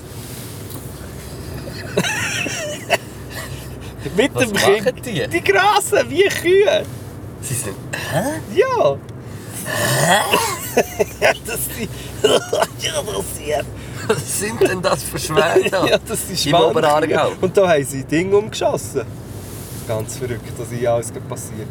Speaker 3: Mit
Speaker 4: Was
Speaker 3: dem
Speaker 4: machen
Speaker 3: Kind.
Speaker 4: die?
Speaker 3: Die grasen wie Kühe.
Speaker 4: Sie sind
Speaker 3: Ja! (laughs) ja, das die. (laughs) ja, das hier.
Speaker 4: (laughs) Was sind denn das für Schwäne?
Speaker 3: (laughs) Ja, das ist
Speaker 4: Im Oberaargau.
Speaker 3: Und da haben sie Ding umgeschossen. Ganz verrückt, dass hier alles gerade passiert.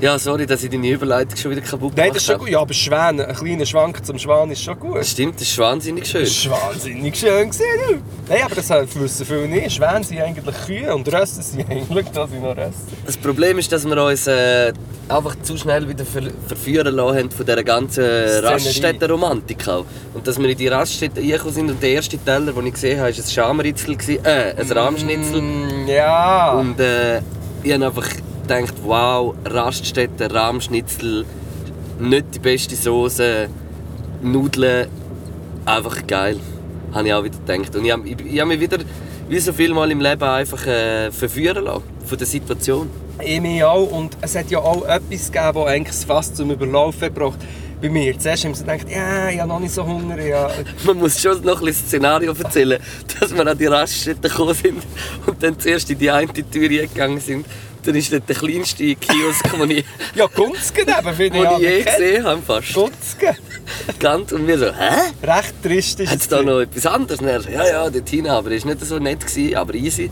Speaker 4: Ja, sorry, dass ich deine Überleitung schon wieder kaputt
Speaker 3: Nein,
Speaker 4: gemacht
Speaker 3: das ist schon
Speaker 4: habe.
Speaker 3: gut. Ja, aber Schwäne, ein kleiner Schwank zum Schwan ist schon gut.
Speaker 4: Stimmt, das ist wahnsinnig schön.
Speaker 3: Das war wahnsinnig schön gesehen. du. Nein, aber das halt wissen viele nicht. Schwäne sind eigentlich Kühe und Rösten sind eigentlich, dass sie noch Rösten.
Speaker 4: Das Problem ist, dass wir uns äh, einfach zu schnell wieder ver verführen lassen haben von dieser ganzen Raststätten-Romantik. auch. Und dass wir in die Raststätte reingekommen sind und der erste Teller, den ich gesehen habe, war ein Schamritzel, gewesen, äh, ein Rahmschnitzel.
Speaker 3: Mm, ja.
Speaker 4: Und äh, ich habe einfach gedacht, wow, Raststätte, Rahmschnitzel, nicht die beste Soße, Nudeln, einfach geil. Habe ich auch wieder gedacht. Und ich habe, ich, ich habe mich wieder, wie so viel Mal im Leben, einfach äh, verführen lassen von der Situation.
Speaker 3: Ich mich auch. Und es hat ja auch etwas gegeben, das eigentlich es fast zum Überlaufen gebracht bei mir. Zuerst haben sie gedacht, ja, ich habe noch nicht so Hunger. Ja.
Speaker 4: (laughs) Man muss schon noch ein bisschen das Szenario erzählen, dass wir an die Raststätte gekommen sind und dann zuerst in die eine Tür gegangen sind. Dann ist dort der kleinste Kiosk, den ich, (laughs)
Speaker 3: ja, Gunzgen eben, finde
Speaker 4: den
Speaker 3: ich
Speaker 4: ich je
Speaker 3: anerkannt.
Speaker 4: gesehen habe. Fast.
Speaker 3: Gunzgen.
Speaker 4: Ganz und wir so, hä?
Speaker 3: Recht trist ist
Speaker 4: Hat es da noch etwas anderes? Und Er, ja, ja, dort hinten, aber es war nicht so nett, gewesen, aber easy.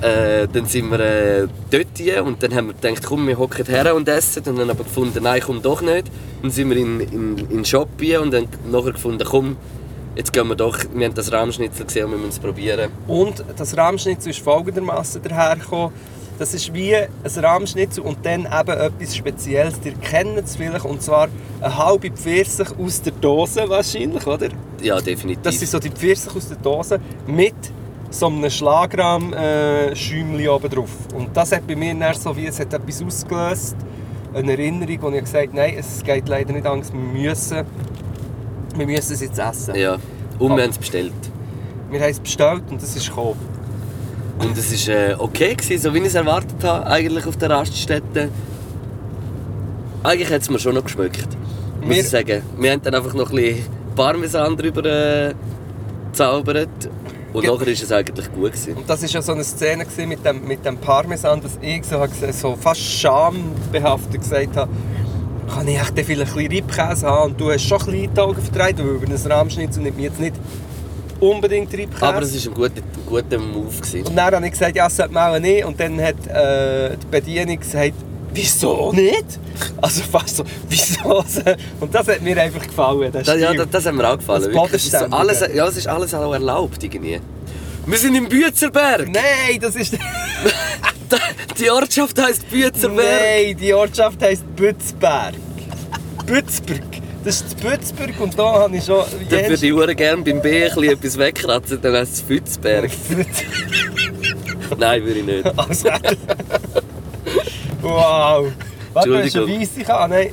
Speaker 4: Äh, dann sind wir äh, dort hin und dann haben wir gedacht, komm, wir hocken her und essen. Und dann aber gefunden, nein, komm doch nicht. Dann sind wir in, in, in den Shop hin und dann nachher gefunden, komm, jetzt gehen wir doch. Wir haben das Rahmschnitzel gesehen und wir müssen es probieren.
Speaker 3: Und das Rahmschnitzel ist folgendermaßen dahergekommen. Das ist wie ein Rahmschnitzel und dann eben etwas Spezielles. Ihr kennt es vielleicht, und zwar eine halbe Pfirsich aus der Dose wahrscheinlich, oder?
Speaker 4: Ja, definitiv.
Speaker 3: Das sind so die Pfirsich aus der Dose mit so einem schlagrahm äh, Schäumchen oben drauf. Und das hat bei mir dann so wie, es hat etwas ausgelöst, eine Erinnerung, wo ich gesagt habe, nein, es geht leider nicht anders, wir müssen, wir müssen es jetzt essen.
Speaker 4: ja. Und wir haben es bestellt.
Speaker 3: Wir haben es bestellt und es ist gekommen.
Speaker 4: Und es war äh, okay, gewesen, so wie ich es erwartet habe, eigentlich auf der Raststätte. Eigentlich hat es mir schon noch geschmeckt, muss
Speaker 3: Wir-
Speaker 4: ich sagen. Wir haben dann einfach noch ein bisschen Parmesan drüber äh, gezaubert. Und
Speaker 3: Ja.
Speaker 4: nachher war es eigentlich gut. Gewesen.
Speaker 3: Und das war ja so eine Szene gewesen mit dem, mit dem Parmesan, dass ich so, habe gesehen, so fast schambehaftet gesagt habe, kann ich echt vielleicht ein bisschen Reibkäse haben? Und du hast schon ein bisschen die Augen vertreibt, weil über einen Rahmschnitzel nimmt mir jetzt nicht unbedingt Reibkäse.
Speaker 4: Aber es war ein guter, ein guter Move. Gewesen.
Speaker 3: Und dann habe ich gesagt, ja, das sollte man auch nicht. Und dann hat äh, die Bedienung gesagt, wieso nicht? (laughs) Also fast so, wieso? (laughs) Und das hat mir einfach gefallen. Das
Speaker 4: Das, ja,
Speaker 3: Stil.
Speaker 4: das, das hat mir auch gefallen.
Speaker 3: Das
Speaker 4: wirklich. Es ist so alles,
Speaker 3: Bodenständige.
Speaker 4: ja, es ist alles auch erlaubt irgendwie. Wir sind im Büetzelberg!
Speaker 3: Nein, das ist...
Speaker 4: Die Ortschaft heisst Büetzelberg!
Speaker 3: Nein, die Ortschaft heisst Bützberg. Bützberg. Das ist Bützberg und da habe ich schon...
Speaker 4: Dann würde ich hure gerne beim B ein bisschen etwas wegkratzen, dann heisst es Fützberg. Nein, würde ich
Speaker 3: (laughs)
Speaker 4: nicht.
Speaker 3: Also, wow. Warte, du hast eine
Speaker 4: Entschuldigung.
Speaker 3: Weisse gehabt? Nein.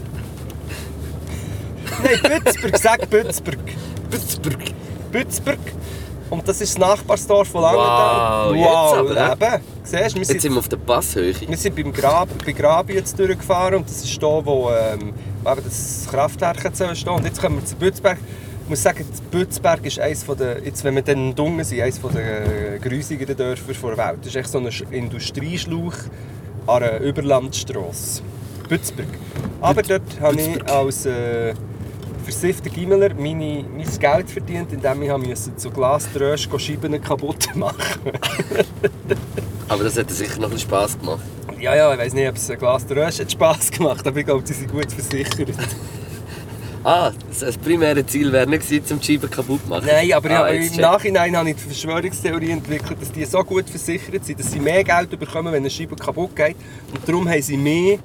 Speaker 3: Nein, Bützberg, sag Bützberg.
Speaker 4: Bützberg.
Speaker 3: Bützberg. Und das ist das Nachbarsdorf von Langenthal.
Speaker 4: Wow, jetzt
Speaker 3: wow,
Speaker 4: aber,
Speaker 3: eben. Siehst du, wir
Speaker 4: Jetzt sind
Speaker 3: sind,
Speaker 4: wir auf der Passhöhe.
Speaker 3: wir sind beim Grab, bei Grab jetzt durchgefahren und das ist hier, wo, ähm, wo eben das Kraftwerk jetzt soll stehen. Und jetzt kommen wir zu Bützberg. Ich muss sagen, das Bützberg ist eines von der, jetzt, wenn wir dann dunkel sind, eines von der äh, grusigeren Dörfer der Welt. Das ist echt so ein Sch- Industrieschlauch an einer Überlandstrasse. Bützberg. Aber dort habe ich als äh, versiffter Gimmeler meine, mein Geld verdient, indem ich habe müssen zu Glasdröschen Scheiben kaputt (laughs) machen
Speaker 4: Aber das hätte sicher noch ein bisschen Spass gemacht.
Speaker 3: Ja, ja, ich weiß nicht, ob es ein Glasdröschen hat Spass gemacht, aber ich glaube, sie sind gut versichert.
Speaker 4: (laughs) Ah, das, das primäre Ziel wäre nicht gewesen, zum die Scheibe kaputt zu machen.
Speaker 3: Nein, aber,
Speaker 4: ah,
Speaker 3: aber
Speaker 4: jetzt
Speaker 3: im
Speaker 4: check.
Speaker 3: Nachhinein habe ich die Verschwörungstheorie entwickelt, dass die so gut versichert sind, dass sie mehr Geld bekommen, wenn eine Scheibe kaputt geht. Und darum haben sie mich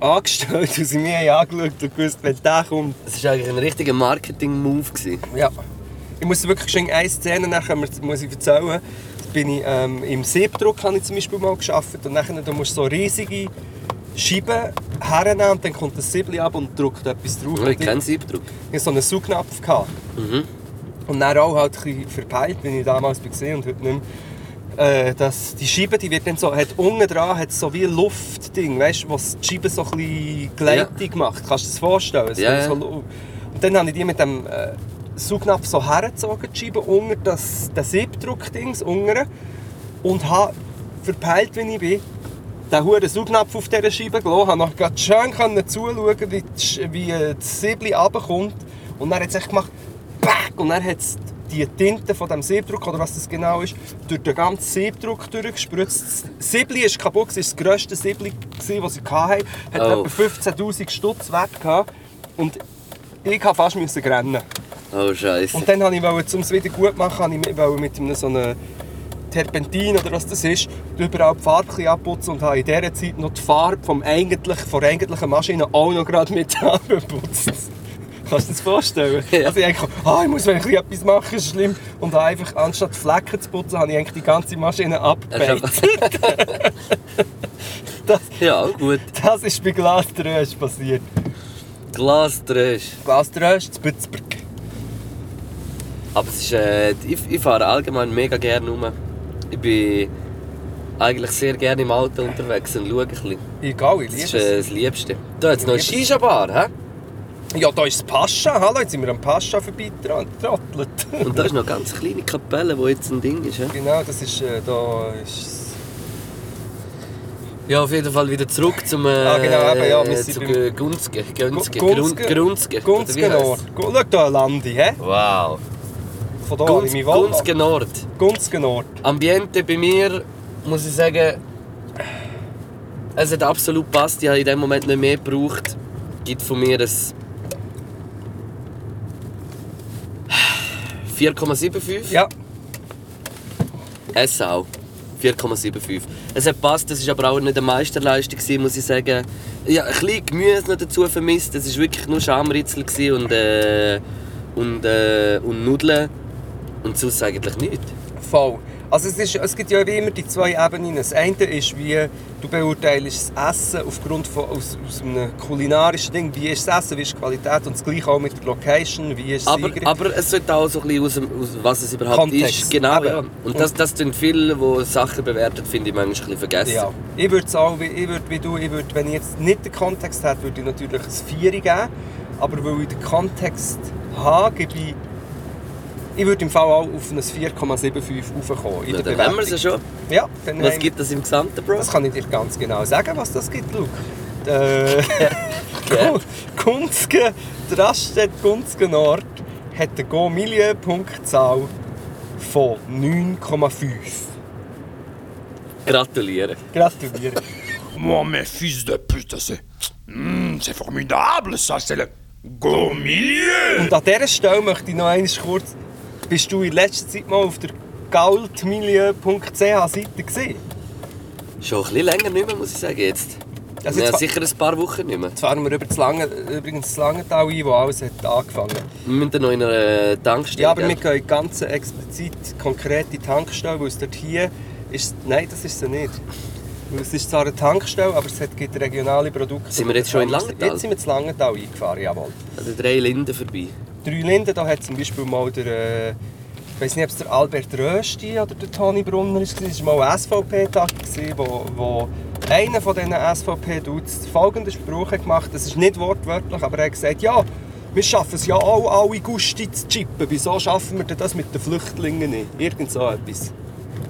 Speaker 3: angestellt und sie mich haben angeschaut und gewusst, wenn der kommt.
Speaker 4: Das war eigentlich ein richtiger Marketing-Move. gewesen.
Speaker 3: Ja. Ich muss wirklich schon eine Szene nachher muss ich erzählen. Da bin ich, ähm, Im Siebdruck habe ich zum Beispiel mal gearbeitet. Und nachher, da musst du so riesige Scheiben hernehmen und dann kommt das Siebli ab und drückt etwas drauf.
Speaker 4: Ich
Speaker 3: Und ich-
Speaker 4: kenne Siebdruck.
Speaker 3: ich so einen Saugnapf gehabt.
Speaker 4: Mhm.
Speaker 3: Und dann auch halt ein bisschen verpeilt, wie ich damals war und heute nicht mehr. Äh, dass die Scheibe, die wird dann so, hat unten dran hat so wie ein Luftding, weißt du, was die Scheibe so ein bisschen gleitig macht. Kannst du dir das vorstellen? Es
Speaker 4: Ja,
Speaker 3: kommt
Speaker 4: ja.
Speaker 3: so lu- und dann habe ich die mit dem äh, Saugnapf so hergezogen, die Scheibe unter das, das Siebdruckdings unten und habe verpeilt, wie ich bin, den huren Saugnapf auf dieser Scheibe gelassen, habe noch grad schön können zuschauen, wie, die Sch- wie äh, das Säbli runterkommt. Und dann hat es echt gemacht, BAC! Und dann hat es die Tinte von dem Siebdruck, oder was das genau ist, durch den ganzen Siebdruck durchgespritzt. Das Säbli ist kaputt, gewesen, das war das grösste Säbli, gewesen, das sie hatten. Hat
Speaker 4: Oh.
Speaker 3: etwa 15'000 Stutz weg gehabt. Und ich musste fast müssen rennen.
Speaker 4: Oh, Scheiße.
Speaker 3: Und dann wollte ich, wollte, um es wieder gut zu machen, wollte ich mit- wollte mit einem so einem Terpentin oder was das ist, überall die Farbe ein bisschen abputzen und habe in dieser Zeit noch die Farbe vom eigentlich, von der eigentlichen Maschine auch noch gerade mit (laughs) abgeputzt. Kannst du dir das vorstellen?
Speaker 4: Ja.
Speaker 3: Also ich denke, ah, ich muss wenn ich ein bisschen etwas machen, ist schlimm. Und habe einfach, anstatt Flecken zu putzen, habe ich eigentlich die ganze Maschine abgebeizt. das,
Speaker 4: (laughs) Ja, gut.
Speaker 3: das ist bei Glasdrösch passiert.
Speaker 4: Glasdrösch.
Speaker 3: Glasdrösch zu Bützberg.
Speaker 4: Aber es ist, äh, ich, ich fahre allgemein mega gerne rum. Ich bin eigentlich sehr gerne im Auto unterwegs und schaue ein bisschen.
Speaker 3: Egal, ich
Speaker 4: Das
Speaker 3: liebe
Speaker 4: ist
Speaker 3: es.
Speaker 4: äh, das Liebste. Da jetzt noch eine
Speaker 3: Ich liebe
Speaker 4: Shisha-Bar, hä?
Speaker 3: Ja, da ist das Pascha. Hallo, jetzt sind wir am Pascha vorbeigetrottelt.
Speaker 4: Und da ist noch eine ganz kleine Kapelle, wo jetzt ein Ding ist, hä?
Speaker 3: genau, das ist. Äh, da ist
Speaker 4: Ja, auf jeden Fall wieder zurück zum... Äh,
Speaker 3: Ah, genau, eben, ja, wir sind
Speaker 4: zum
Speaker 3: beim-
Speaker 4: äh, Gunzge. Gunzge.
Speaker 3: Gu-
Speaker 4: Grun-
Speaker 3: Gunzge.
Speaker 4: Grunzge. oder wie
Speaker 3: Gunzgen
Speaker 4: heisst's?
Speaker 3: Nord. Gu- Schau da, Landi, hä?
Speaker 4: Wow.
Speaker 3: Von da habe ich
Speaker 4: Gunz,
Speaker 3: mich wohl.
Speaker 4: Gunzge Nord.
Speaker 3: Gunzgen Nord.
Speaker 4: Ambiente bei mir, muss ich sagen, es hat absolut gepasst. Ich habe in dem Moment nicht mehr gebraucht. Gibt von mir ein (sighs) 4,75.
Speaker 3: Ja,
Speaker 4: Es auch. 4,75. Es hat gepasst, das war aber auch nicht eine Meisterleistung, gewesen, muss ich sagen. Ja, ein bisschen Gemüse noch dazu vermisst. Es war wirklich nur Schamritzel gewesen und, äh, und, äh, und Nudeln. Und sonst eigentlich nichts.
Speaker 3: voll. Also es, ist, es gibt ja wie immer die zwei Ebenen. Das eine ist, wie du beurteilst das Essen aufgrund von aus, aus einem kulinarischen Ding. Wie ist das Essen, wie ist die Qualität und das gleiche auch mit der Location, wie ist das
Speaker 4: Aber,
Speaker 3: Eingericht.
Speaker 4: aber es sollte auch so ein bisschen aus, dem- aus was es überhaupt
Speaker 3: Kontext,
Speaker 4: ist. Genau.
Speaker 3: eben.
Speaker 4: Ja. Und das, das tun viele, die Sachen bewerten, finde ich manchmal ein bisschen vergessen.
Speaker 3: Ja. Ich würde es auch, wie- ich würde wie du, ich würde, wenn ich jetzt nicht den Kontext hätte, würde ich natürlich ein Vieri geben. Aber weil ich den Kontext habe, gebe ich... Ich würde im Fall auch auf ein 4,75 raufkommen in
Speaker 4: Na,
Speaker 3: der
Speaker 4: dann haben wir es ja
Speaker 3: Bewertung.
Speaker 4: schon.
Speaker 3: Ja, dann
Speaker 4: Was
Speaker 3: haben-
Speaker 4: gibt es im Gesamten, Bro?
Speaker 3: Das kann ich dir ganz genau sagen, was das gibt, Luke.
Speaker 4: (laughs)
Speaker 3: Äh, Gun- Gunzgen, die Raststätte Gunzgen Nord hat eine Go-Milieu-Punktzahl von 9,5.
Speaker 4: Gratuliere.
Speaker 3: Gratuliere.
Speaker 5: Moi, mes fils de pute, c'est. Hmm, c'est formidable, ça, c'est le. Go milieu!
Speaker 3: Und an dieser Stelle möchte ich noch einmal kurz. Bist du in letzter Zeit mal auf der galtmilieu.ch-Seite gesehen?
Speaker 4: Schon ein bisschen länger nicht mehr, muss ich sagen. Jetzt.
Speaker 3: Also
Speaker 4: ja,
Speaker 3: jetzt-
Speaker 4: sicher ein paar Wochen nicht mehr.
Speaker 3: Jetzt fahren wir über das Lange, übrigens das Langental ein, wo alles hat angefangen hat.
Speaker 4: Wir müssen dann noch in einer äh, Tankstelle.
Speaker 3: Ja, aber wir
Speaker 4: gell?
Speaker 3: gehen ganz explizit konkret in die Tankstelle, weil es dort hier ist. Nein, das ist es nicht. Weil es ist zwar eine Tankstelle, aber es hat- gibt regionale Produkte.
Speaker 4: Sind wir jetzt schon in Langenthal?
Speaker 3: Jetzt sind wir in Langenthal eingefahren, jawohl.
Speaker 4: Also drei Linden vorbei.
Speaker 3: Drei Linden, da hat zum Beispiel mal der, äh, ich weiß nicht, ob es der Albert Rösti oder der Toni Brunner ist, es war mal ein SVP-Tag, gewesen, wo, wo einer von diesen SVP-Dudes folgenden Spruch hat gemacht das ist nicht wortwörtlich, aber er hat gesagt, ja, wir schaffen es ja auch, alle Gusti zu chippen, wieso schaffen wir denn das mit den Flüchtlingen nicht? Irgend so etwas.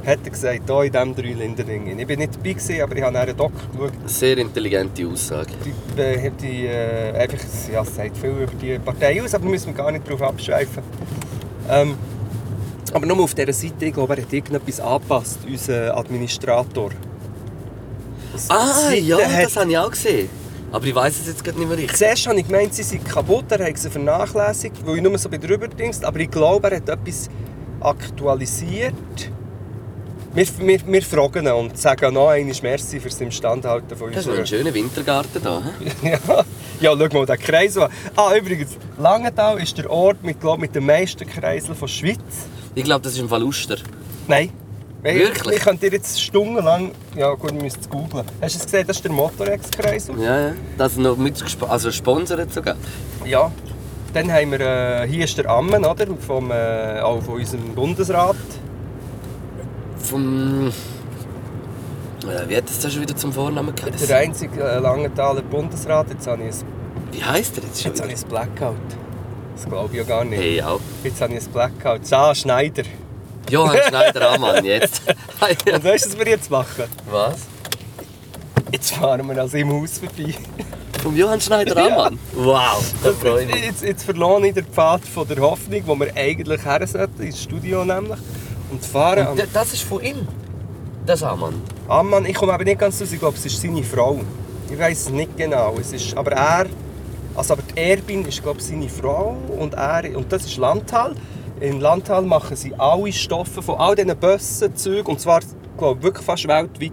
Speaker 3: hat er gesagt, hier in diesem Dreilinderding. Ich bin nicht dabei, gewesen, aber ich habe nachher Doc geschaut.
Speaker 4: Sehr intelligente Aussage.
Speaker 3: Die, äh, die, äh, einfach, ja, es sagt viel über die Partei aus, aber da müssen wir gar nicht drauf abschweifen. Ähm, aber nur auf dieser Seite, ich glaube, er hat irgendetwas angepasst, unser Administrator. Das-
Speaker 4: Ah,
Speaker 3: die Seite
Speaker 4: ja,
Speaker 3: hat-
Speaker 4: das habe ich auch gesehen. Aber ich weiß es jetzt gerade nicht mehr richtig.
Speaker 3: Zuerst habe ich gemeint, sie sind kaputt, er hat sie vernachlässigt, weil ich nur so bin drüber denkst. Aber ich glaube, er hat etwas aktualisiert. Wir, wir, wir fragen ihn und sagen noch einmal Merci für sein Standhalten von
Speaker 4: Das ist noch ein
Speaker 3: uns.
Speaker 4: schöner Wintergarten da. hä?
Speaker 3: Ja, (laughs) ja, schau mal den Kreisel an. Ah, übrigens, Langenthal ist der Ort mit, glaub, mit den meisten Kreiseln der Schweiz.
Speaker 4: Ich glaube, das ist ein Verluster.
Speaker 3: Nein. Ich-
Speaker 4: Wirklich?
Speaker 3: Ich könnte dir jetzt stundenlang... Ja gut, wir müssen es googeln. Hast du es gesehen, das ist der Motorex-Kreisel?
Speaker 4: Ja, ja. Das noch mit gesp- also gesponsert sogar.
Speaker 3: Ja. Dann haben wir, äh, hier ist der Ammen, oder? Vom, äh, auch von unserem Bundesrat.
Speaker 4: Vom. Äh, Wie hat das da schon wieder zum Vornamen gehört?
Speaker 3: Der einzige äh, Langenthaler Bundesrat. Jetzt habe ich ein,
Speaker 4: Wie heißt der jetzt schon?
Speaker 3: jetzt habe
Speaker 4: Wieder?
Speaker 3: ich ein Blackout. Das glaube ich ja gar nicht.
Speaker 4: Hey, auch.
Speaker 3: Jetzt habe ich ein Blackout. Sarah Schneider.
Speaker 4: Johann Schneider Amann, jetzt.
Speaker 3: (laughs)
Speaker 4: (laughs)
Speaker 3: Und weißt du, was wir jetzt machen?
Speaker 4: Was?
Speaker 3: Jetzt fahren wir an seinem Haus vorbei.
Speaker 4: Vom Johann Schneider Amann? Wow, da freue ich mich.
Speaker 3: Also, Jetzt, jetzt verlohne ich den Pfad von der Hoffnung, wo wir eigentlich her sollten, ins Studio nämlich. Und fahren am...
Speaker 4: D- Äh, Das ist von ihm. Das Amann.
Speaker 3: Ammann, ich komme eben nicht ganz raus, ich glaube, es ist seine Frau. Ich weiß es nicht genau. Es ist, aber er, also aber die Erbin ist glaube ich seine Frau und er, und das ist Landtal. In Landtal machen sie alle Stoffe von all diesen Bussen, Zügen, und zwar glaube ich, wirklich fast weltweit.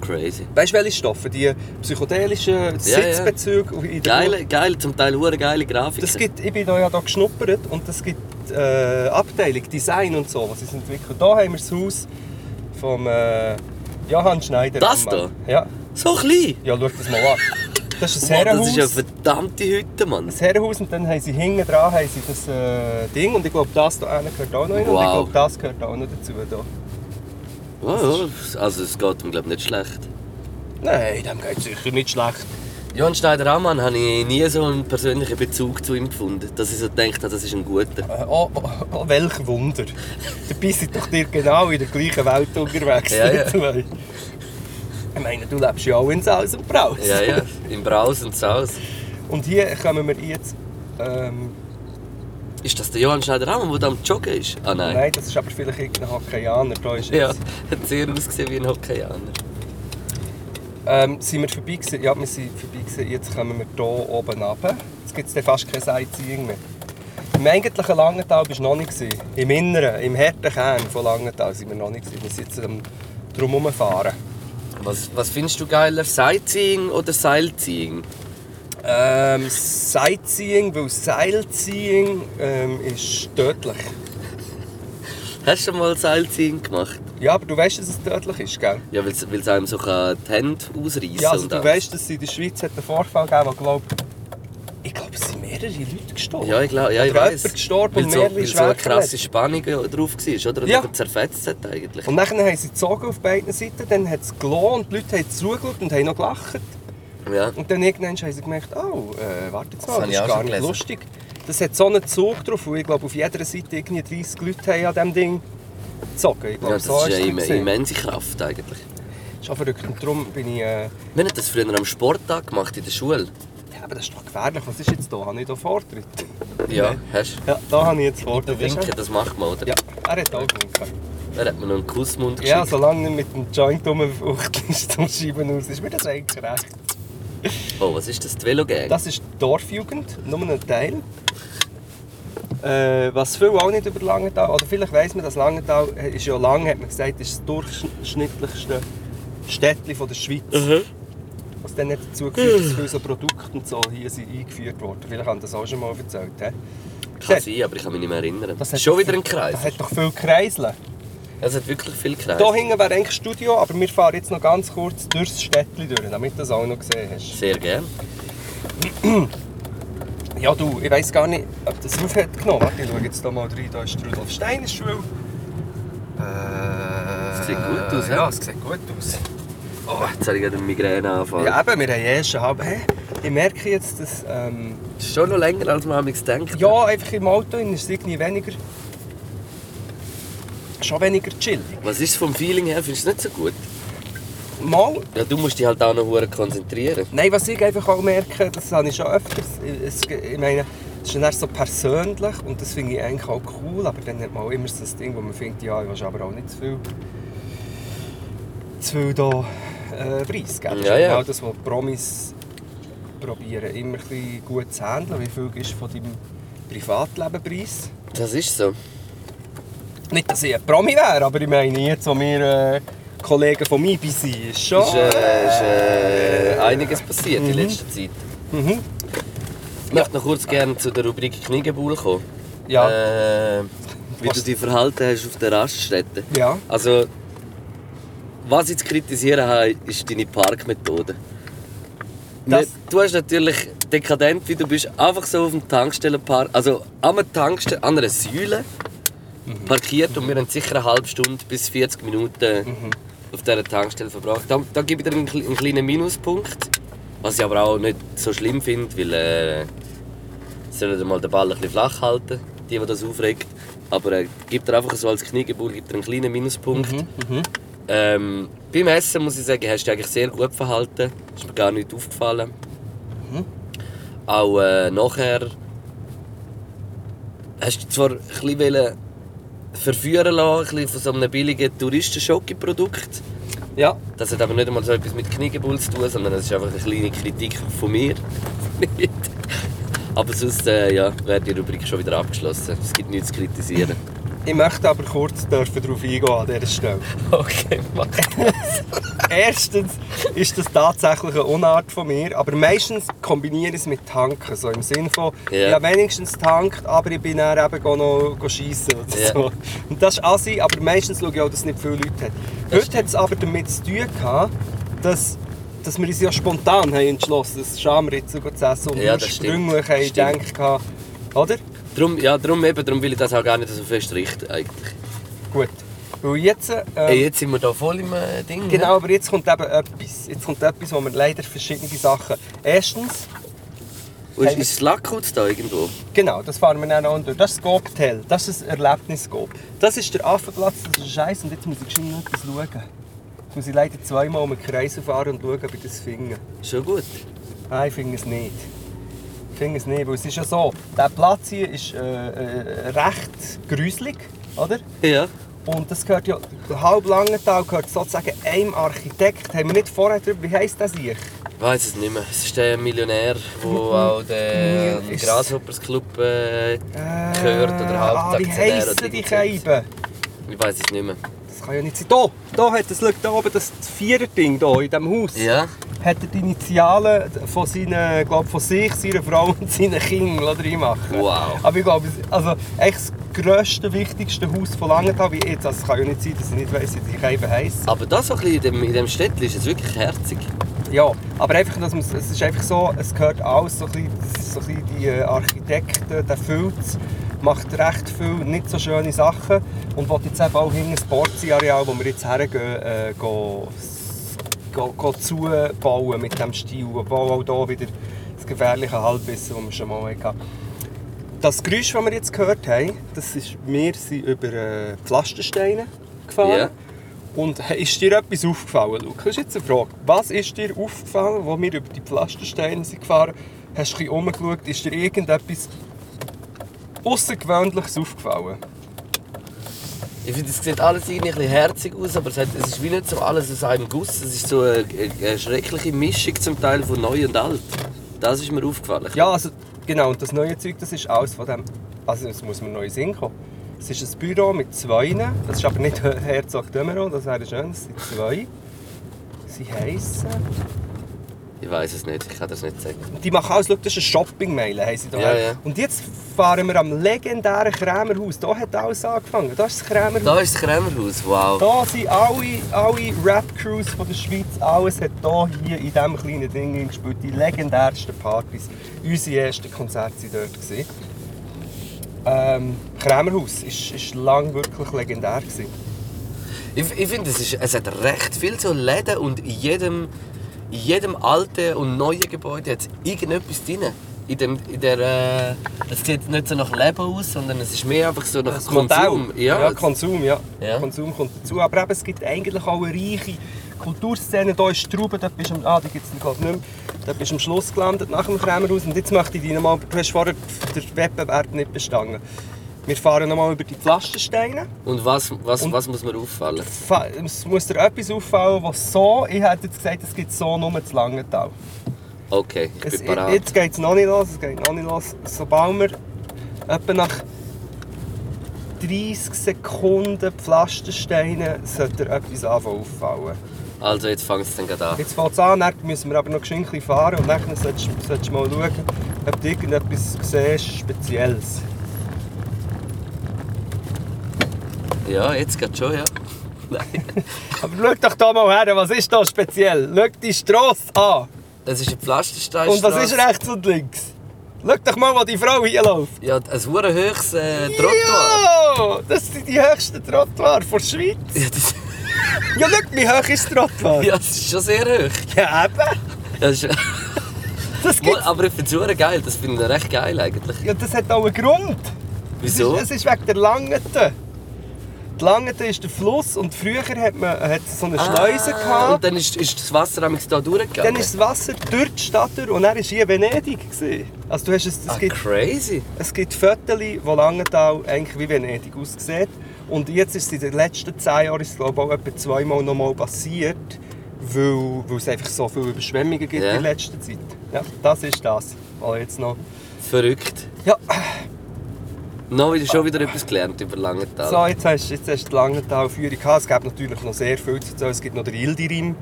Speaker 4: Crazy.
Speaker 3: Weißt du, welche Stoffe? Die psychedelischen
Speaker 4: ja.
Speaker 3: Sitzbezüge in der
Speaker 4: Geile, geile, zum Teil hure geile Grafik.
Speaker 3: das gibt, ich bin da ja da geschnuppert und es gibt äh, Abteilung, Design und so, was sie entwickelt. Da haben wir das Haus vom äh, Johann Schneider.
Speaker 4: Das
Speaker 3: Mann. Ja,
Speaker 4: So klein.
Speaker 3: ja, schau das mal an. Das ist ein (laughs)
Speaker 4: Wow, das
Speaker 3: Herrenhaus.
Speaker 4: ist eine verdammte Hütte, Mann.
Speaker 3: das Herrenhaus und dann haben sie hinten dran haben sie das äh, Ding und ich glaube, das hier hinten gehört auch noch hin und ich
Speaker 4: Wow.
Speaker 3: glaube, das gehört auch noch dazu. Da.
Speaker 4: Wow, oh, also es geht ihm glaube nicht schlecht.
Speaker 3: Nein, dem geht es sicher nicht schlecht.
Speaker 4: Johann Schneider Amann habe ich nie so einen persönlichen Bezug zu ihm gefunden, dass ich so gedacht habe, das ist ein guter.
Speaker 3: Äh, oh, oh, oh, welch Wunder. Dabei sind doch dir genau in der gleichen Welt unterwegs.
Speaker 4: Ja, ja.
Speaker 3: die zwei. Ich meine, du lebst ja auch in Saus und Braus.
Speaker 4: Ja, ja, (laughs) im Braus und Saus.
Speaker 3: Und hier kommen wir jetzt. Ähm,
Speaker 4: Ist das der Johann Schneider Amann, der da am Joggen ist? Ah
Speaker 3: nein.
Speaker 4: nein.
Speaker 3: das ist aber vielleicht irgendein Hawaiianer. Da ist
Speaker 4: Ja, (laughs)
Speaker 3: jetzt.
Speaker 4: hat sehr ausgesehen wie ein Hockeyaner.
Speaker 3: Ähm, sind wir vorbei gewesen? Ja, wir sind vorbei gewesen. Jetzt kommen wir hier oben runter. Jetzt gibt es fast kein Sightseeing mehr. Im eigentlichen Langenthal bist du noch nicht. Gewesen. Im Inneren, im harten Kern von Langenthal sind wir noch nicht. Gewesen. Wir sind jetzt am drum herumfahren.
Speaker 4: Was, was findest du geiler, Sightseeing oder Seilziehen?
Speaker 3: Ähm, Sightseeing, weil Seilziehen ähm, ist tödlich.
Speaker 4: Hast du schon mal Seilziehen gemacht?
Speaker 3: Ja, aber du weißt, dass es tödlich ist, gell?
Speaker 4: Ja, weil es einem so kann die Hände ausreißen
Speaker 3: Ja, also
Speaker 4: und
Speaker 3: du
Speaker 4: alles.
Speaker 3: weißt, dass es in der Schweiz hat einen Vorfall gegeben hat, glaub, ich glaube, es sind mehrere Leute gestorben.
Speaker 4: Ja, ich glaube, ja, ich
Speaker 3: Oder
Speaker 4: weiß.
Speaker 3: jemand gestorben
Speaker 4: weil
Speaker 3: und
Speaker 4: so,
Speaker 3: mehrere
Speaker 4: weil so eine
Speaker 3: schwer
Speaker 4: krasse
Speaker 3: verletzt.
Speaker 4: Spannung ja drauf war, oder? Und
Speaker 3: Ja.
Speaker 4: ja. zerfetzt hat eigentlich.
Speaker 3: Und nachher haben sie gezogen auf beiden Seiten, dann hat es gelohnt, die Leute haben zugeschaut und haben noch gelacht.
Speaker 4: Ja.
Speaker 3: Und dann irgendwann haben sie gemerkt, oh, äh, warte jetzt mal,
Speaker 4: habe
Speaker 3: das,
Speaker 4: ich
Speaker 3: ist
Speaker 4: auch
Speaker 3: gar
Speaker 4: schon
Speaker 3: nicht
Speaker 4: gelesen.
Speaker 3: lustig. Das hat so einen Zug drauf, wo ich glaube, auf jeder Seite irgendwie 30 Leute haben an diesem Ding gezogen. Ich
Speaker 4: ja,
Speaker 3: glaube,
Speaker 4: das
Speaker 3: so
Speaker 4: ist ja
Speaker 3: es
Speaker 4: eine
Speaker 3: gewesen.
Speaker 4: immense Kraft eigentlich.
Speaker 3: ist auch verrückt. Und darum bin ich... Äh,
Speaker 4: Wir haben das früher am Sporttag gemacht, in der Schule.
Speaker 3: ja, aber das ist doch gefährlich. Was ist jetzt da? Habe ich da Vortritt?
Speaker 4: (laughs) Ja, hast
Speaker 3: Ja, da habe ich jetzt
Speaker 4: du?
Speaker 3: Vortritt.
Speaker 4: Winken, das macht man, oder?
Speaker 3: Ja, er hat auch gewunken.
Speaker 4: Er hat mir noch einen Kussmund geschickt.
Speaker 3: Ja, solange nicht mit dem Joint rumgefuchtelt ist (laughs) zum Scheiben aus, ist mir das eigentlich recht. also-
Speaker 4: Oh, was ist das? Die Velogang?
Speaker 3: Das ist die Dorfjugend, nur ein Teil. Äh, was viele auch nicht über Langenthal, oder vielleicht weiss man, dass Langenthal äh, ist ja lange, hat man gesagt, ist das durchschnittlichste Städtchen von der Schweiz.
Speaker 4: Mhm.
Speaker 3: Was dann hat dazu geführt, dass viele so Produkte und so hier sind eingeführt worden. Vielleicht haben das auch schon mal erzählt. He?
Speaker 4: Kann sein, aber ich kann mich nicht mehr erinnern.
Speaker 3: Das hat
Speaker 4: Schon
Speaker 3: doch
Speaker 4: wieder ein
Speaker 3: viel- Das
Speaker 4: Kreis.
Speaker 3: hat doch viel Kreisel.
Speaker 4: Es hat wirklich viel Kreis.
Speaker 3: Hier hinten wäre eigentlich Studio, aber wir fahren jetzt noch ganz kurz durchs Städtchen durch, damit du das auch noch gesehen hast.
Speaker 4: Sehr gern.
Speaker 3: Ja, du, ich weiß gar nicht, ob das aufhört genommen. Warte, ich schaue jetzt hier mal rein. Da ist die Rudolf Steiner Schule.
Speaker 4: Das sieht gut aus, hä?
Speaker 3: Ja, es sieht gut aus.
Speaker 4: Oh, jetzt habe ich gerade einen Migräneanfall.
Speaker 3: Ja, eben, wir haben eh schon. Aber, hä? ich merke jetzt, dass. Ähm,
Speaker 4: Das ist schon noch länger, als man amigs denkt.
Speaker 3: ja, einfach im Auto drin ist es irgendwie weniger. schon weniger chillig.
Speaker 4: Was ist vom Feeling her? Findest du es nicht so gut?
Speaker 3: Mal
Speaker 4: Ja, du musst dich halt auch noch hure konzentrieren.
Speaker 3: Nein, was ich einfach auch merke, das habe ich schon öfters. Es, ich meine, es ist dann erst so persönlich und das finde ich eigentlich auch cool, aber dann hat man auch immer so das Ding, wo man findet, ja, ich will aber auch nicht zu viel, zu viel da, äh, preisgeben. Das
Speaker 4: Ja,
Speaker 3: ist
Speaker 4: ja.
Speaker 3: genau das, was die Promis probieren, immer ein bisschen gut zu handeln. Wie viel ist von deinem Privatleben preis?
Speaker 4: Das ist so.
Speaker 3: Nicht, dass ich ein Promi wäre, aber ich meine, jetzt, wo wir äh, Kollegen von mir sind, ist schon...
Speaker 4: Ist, äh, ist äh, einiges passiert in
Speaker 3: Mhm.
Speaker 4: letzter Zeit.
Speaker 3: Mhm.
Speaker 4: Ich möchte noch kurz gerne zu der Rubrik Kniggebuhl kommen.
Speaker 3: Ja.
Speaker 4: Äh, wie du
Speaker 3: Was-
Speaker 4: dich verhalten hast auf der Raststätte.
Speaker 3: Ja.
Speaker 4: Also, was ich zu kritisieren habe, ist deine Parkmethode.
Speaker 3: Das-
Speaker 4: Nicht- Du hast natürlich dekadent, wie du bist, einfach so auf dem Tankstellenpark, also an einer Tankstelle, an einer Säule parkiert und wir haben sicher eine halbe Stunde bis 40 Minuten auf dieser Tankstelle verbracht. Da, da gebe ich dir einen, kle- einen kleinen Minuspunkt, was ich aber auch nicht so schlimm finde, weil äh, sollen wir mal den Ball ein bisschen flach halten, die, die das aufregt. Aber äh, gibt er einfach so als Kniegebuhl, gibt er einen kleinen Minuspunkt. Ähm, beim Essen muss ich sagen, hast du dich eigentlich sehr gut verhalten. Ist mir gar nicht aufgefallen. Mhm. Auch äh, nachher hast du zwar ein bisschen wollen verführen lassen, ein bisschen von so einem billigen Touristen-Schoki-Produkt.
Speaker 3: ja.
Speaker 4: Das hat aber nicht einmal so etwas mit Kniggebull zu tun, sondern es ist einfach eine kleine Kritik von mir. (laughs) Nicht. aber sonst äh, ja, wäre die Rubrik schon wieder abgeschlossen. Es gibt nichts zu kritisieren.
Speaker 3: Ich möchte aber kurz dürfen darauf eingehen an dieser Stelle.
Speaker 4: (laughs) Okay, mach.
Speaker 3: Erstens ist das tatsächlich eine Unart von mir, aber meistens kombiniere ich es mit Tanken. So im Sinne von,
Speaker 4: Ja.
Speaker 3: ich habe wenigstens tankt, aber ich bin dann eben go- noch go schiessen oder
Speaker 4: Ja.
Speaker 3: so. Und das ist assi, aber meistens schaue ich auch, dass es nicht viele Leute hat. Heute hat es aber damit zu tun gehabt, dass, dass wir uns ja spontan haben entschlossen haben, das Schamritzel zu essen und
Speaker 4: Ja, das
Speaker 3: ursprünglich
Speaker 4: stimmt.
Speaker 3: haben
Speaker 4: Stimmt.
Speaker 3: wir gedacht, oder?
Speaker 4: Drum, ja, drum, eben, drum will ich das auch gar nicht so fest richten. Eigentlich.
Speaker 3: Gut. Weil jetzt... ähm,
Speaker 4: Hey, Äh, jetzt sind wir da voll im äh, Ding.
Speaker 3: Genau, aber jetzt kommt eben etwas. Jetzt kommt etwas, wo wir leider verschiedene Sachen. Erstens,
Speaker 4: Und ist, ist das Lackhutz da irgendwo?
Speaker 3: genau, das fahren wir dann auch durch. Das ist das Gobtel, das ist das erlebnis -Gob. Das ist der Affenplatz, das ist Scheiß. Und jetzt muss ich schon noch etwas schauen. Jetzt muss ich leider zweimal um den Kreis fahren und schauen, ob ich das finde.
Speaker 4: Schon gut.
Speaker 3: Nein, ich finde es nicht. Ich finde es nicht, weil es ist ja so, der Platz hier ist äh, äh, recht gruselig, oder?
Speaker 4: Ja.
Speaker 3: Und das gehört ja, halb Langenthal gehört sozusagen einem Architekt. Haben wir nicht vorher drüber, wie heisst das hier?
Speaker 4: Ich weiß es nicht mehr. Es ist der Millionär, der auch den
Speaker 3: Ist-
Speaker 4: Grasshoppers Club äh, gehört oder
Speaker 3: Ah, wie
Speaker 4: Hauptaktionär. oder
Speaker 3: heissen die
Speaker 4: irgend so etwas.
Speaker 3: Scheiben?
Speaker 4: Ich weiß es nicht mehr.
Speaker 3: Das kann ja nicht sein. Da, da hat es, schau, da oben das Vierer-Ding da in diesem Haus.
Speaker 4: Ja.
Speaker 3: Hat er die Initialen von, seinen, glaub, von sich, seiner Frau und seinen Kindern reinmachen
Speaker 4: Wow.
Speaker 3: Aber ich glaube, es- also, echt das grösste, wichtigste Haus von Langenthal wie jetzt. Also, es kann ja nicht sein, dass ich nicht weiss, wie die Scheiben heissen.
Speaker 4: Aber das so ein bisschen in dem, in dem Städtchen ist es wirklich herzig.
Speaker 3: Ja, aber einfach, dass man, es es ist einfach so, es gehört alles, so ein bisschen, das ist so ein bisschen die äh, Architekten, der Filz macht recht viel nicht so schöne Sachen und will jetzt eben auch hinten das Porzi-Areal, wo wir jetzt hergehen, äh, go, go, go zubauen mit diesem Stil, obwohl auch hier wieder das gefährliche Halbwissen, das wir schon mal hatten. Das Geräusch, das wir jetzt gehört haben, das ist, wir sind über äh, Pflastersteine gefahren.
Speaker 4: Ja.
Speaker 3: Und ist dir etwas aufgefallen, Lukas? Das ist jetzt eine Frage. Was ist dir aufgefallen, als wir über die Pflastersteine sind gefahren sind? Hast du ein bisschen umgeschaut? Ist dir irgendetwas Außergewöhnliches aufgefallen?
Speaker 4: Ich finde, es sieht alles irgendwie ein bisschen herzig aus, aber es, hat, es ist wie nicht so alles aus einem Guss. Es ist so eine, eine schreckliche Mischung zum Teil von neu und alt. Das ist mir aufgefallen.
Speaker 3: Ja, also genau. Und das neue Zeug, das ist alles von dem... Also jetzt muss man neu sehen kommen. Es ist ein Büro mit zwei. Das ist aber nicht (laughs) Herzog Dömero, das wäre schön. Es sind zwei. Sie heissen...
Speaker 4: Ich weiß es nicht, ich kann das nicht sagen.
Speaker 3: Die machen alles, schau, das ist eine Shoppingmeile, haben sie da.
Speaker 4: Ja, ja.
Speaker 3: Und jetzt fahren wir am legendären Krämerhaus. Da hat alles angefangen. Da ist das Krämerhaus.
Speaker 4: Da ist das Krämerhaus, wow.
Speaker 3: Da sind alle, alle Rap-Crews von der Schweiz, alles hat da hier in diesem kleinen Ding gespielt. Die legendärsten Partys. Unsere ersten Konzerte waren dort. gewesen. Ähm, Krämerhaus ist, ist lang wirklich legendär. Gewesen.
Speaker 4: Ich, ich finde, es, ist- es hat recht viel so Läden und in jedem, in jedem alten und neuen Gebäude hat es irgendetwas drin. in dem, in der, äh, es sieht nicht so nach Leben aus, sondern es ist mehr einfach so nach
Speaker 3: Das
Speaker 4: Konsum.
Speaker 3: Modell. Ja,
Speaker 4: Ja,
Speaker 3: Konsum, ja.
Speaker 4: Ja.
Speaker 3: Konsum kommt dazu. Aber eben, es gibt eigentlich auch eine reiche Kulturszene. Hier ist Strauben, da bist du am, ah, die gibt es nicht mehr. Da bist du am Schluss gelandet, nach dem Krämerhaus. Und jetzt möchte ich dich nochmal, du hast vorher den Wettbewerb nicht bestanden. Wir fahren nochmal über die Pflastersteine.
Speaker 4: und was, was,
Speaker 3: Und-
Speaker 4: was muss mir auffallen?
Speaker 3: Fa- Es muss dir etwas auffallen, was so, ich hätte jetzt gesagt, es gibt so nur zu Langenthal.
Speaker 4: Okay, ich
Speaker 3: Es,
Speaker 4: bin bereit.
Speaker 3: jetzt geht es noch nicht los, es geht noch nicht los. Sobald wir etwa nach 30 Sekunden Pflastersteine sollte dir etwas anfangen auffallen.
Speaker 4: Also jetzt fängt es dann gerade an.
Speaker 3: Jetzt fängt es an, dann müssen wir aber noch geschwind ein bisschen fahren und dann solltest, solltest du mal schauen, ob du irgendetwas siehst, Spezielles.
Speaker 4: Ja, jetzt geht schon, ja. Nein.
Speaker 3: Aber schau doch da mal her, was ist da speziell? Schau die Strasse an!
Speaker 4: Es ist ein Pflasterstein.
Speaker 3: Und was ist rechts und links? Schau doch mal, wo die Frau hier läuft.
Speaker 4: Ja, ein hure höchstes äh, Trottoir.
Speaker 3: Ja, das sind die höchsten Trottoir der Schweiz.
Speaker 4: (laughs) Ja,
Speaker 3: Ja,
Speaker 4: das,
Speaker 3: schau, wie hoch ist das Trottoir?
Speaker 4: ja, das ist schon sehr hoch.
Speaker 3: Ja, eben.
Speaker 4: Das ist,
Speaker 3: Das,
Speaker 4: Mal,
Speaker 3: gibt's.
Speaker 4: aber ich finde es hure geil. Das finde ich recht geil eigentlich.
Speaker 3: Ja, das hat auch einen Grund.
Speaker 4: Wieso?
Speaker 3: Es ist, es ist wegen der Langete. Die Langete ist der Fluss und früher hat man äh, hat es so eine Schleuse
Speaker 4: Ah, Und
Speaker 3: gehabt.
Speaker 4: dann ist, ist das Wasser amigs da durchgegangen.
Speaker 3: Dann ist das Wasser durch die Stadt durch und dann war hier Venedig. gewesen. Also du hast es, es,
Speaker 4: ah,
Speaker 3: gibt,
Speaker 4: crazy.
Speaker 3: es gibt Fotos, wo Langenthal eigentlich wie Venedig aussieht. Und jetzt ist es in den letzten zehn Jahren, ist es, glaube ich, auch etwa zweimal nochmal passiert, weil, weil es einfach so viele Überschwemmungen gibt
Speaker 4: Ja.
Speaker 3: in letzter Zeit. Ja, das ist das. Mal jetzt noch.
Speaker 4: Verrückt.
Speaker 3: Ja,
Speaker 4: Noch wieder, schon wieder etwas gelernt über Langenthal.
Speaker 3: so, jetzt hast, jetzt hast du lange Tag Führung gehabt. Es gibt natürlich noch sehr viel zu erzählen. Es gibt noch den Ildirim,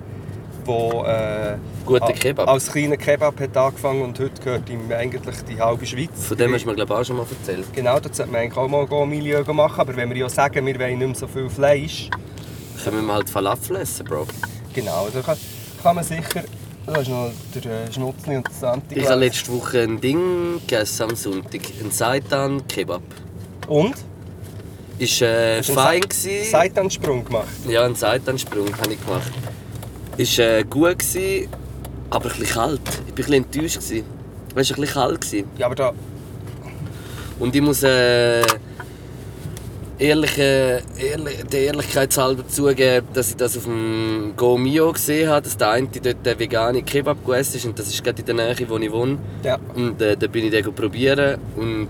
Speaker 3: der äh,
Speaker 4: Guter
Speaker 3: a-
Speaker 4: Kebab.
Speaker 3: als kleiner Kebab hat angefangen und heute gehört ihm eigentlich die halbe Schweiz.
Speaker 4: Von dem hast du mir glaube ich auch schon mal erzählt.
Speaker 3: Genau, da sollte man eigentlich auch mal ein Milieu machen. Aber wenn wir ja sagen, wir wollen nicht mehr so viel Fleisch,
Speaker 4: Können wir halt Falafel essen, Bro?
Speaker 3: genau, da kann, kann man sicher... Da ist noch der äh, Schnutzli und der Santi.
Speaker 4: Ich habe letzte Woche ein Ding gegessen am Sonntag. Ein Seitan Kebab.
Speaker 3: Und?
Speaker 4: Ist äh,
Speaker 3: ein
Speaker 4: fein
Speaker 3: Sa-
Speaker 4: gewesen.
Speaker 3: Seitansprung gemacht.
Speaker 4: Ja, einen Seitansprung habe ich gemacht. Ist äh, gut gewesen, aber ein bisschen kalt. Ich bin ein bisschen enttäuscht gewesen. Weißt du, ein bisschen kalt gewesen.
Speaker 3: Ja, aber da...
Speaker 4: Und ich muss äh, ehrlich, äh, ehrlich, der Ehrlichkeit halber zugeben, dass ich das auf dem Go Mio gesehen habe, dass der eine dort den veganen Kebab gegessen ist und das ist gerade in der Nähe, wo ich wohne.
Speaker 3: Ja.
Speaker 4: Und äh, da bin ich den probieren und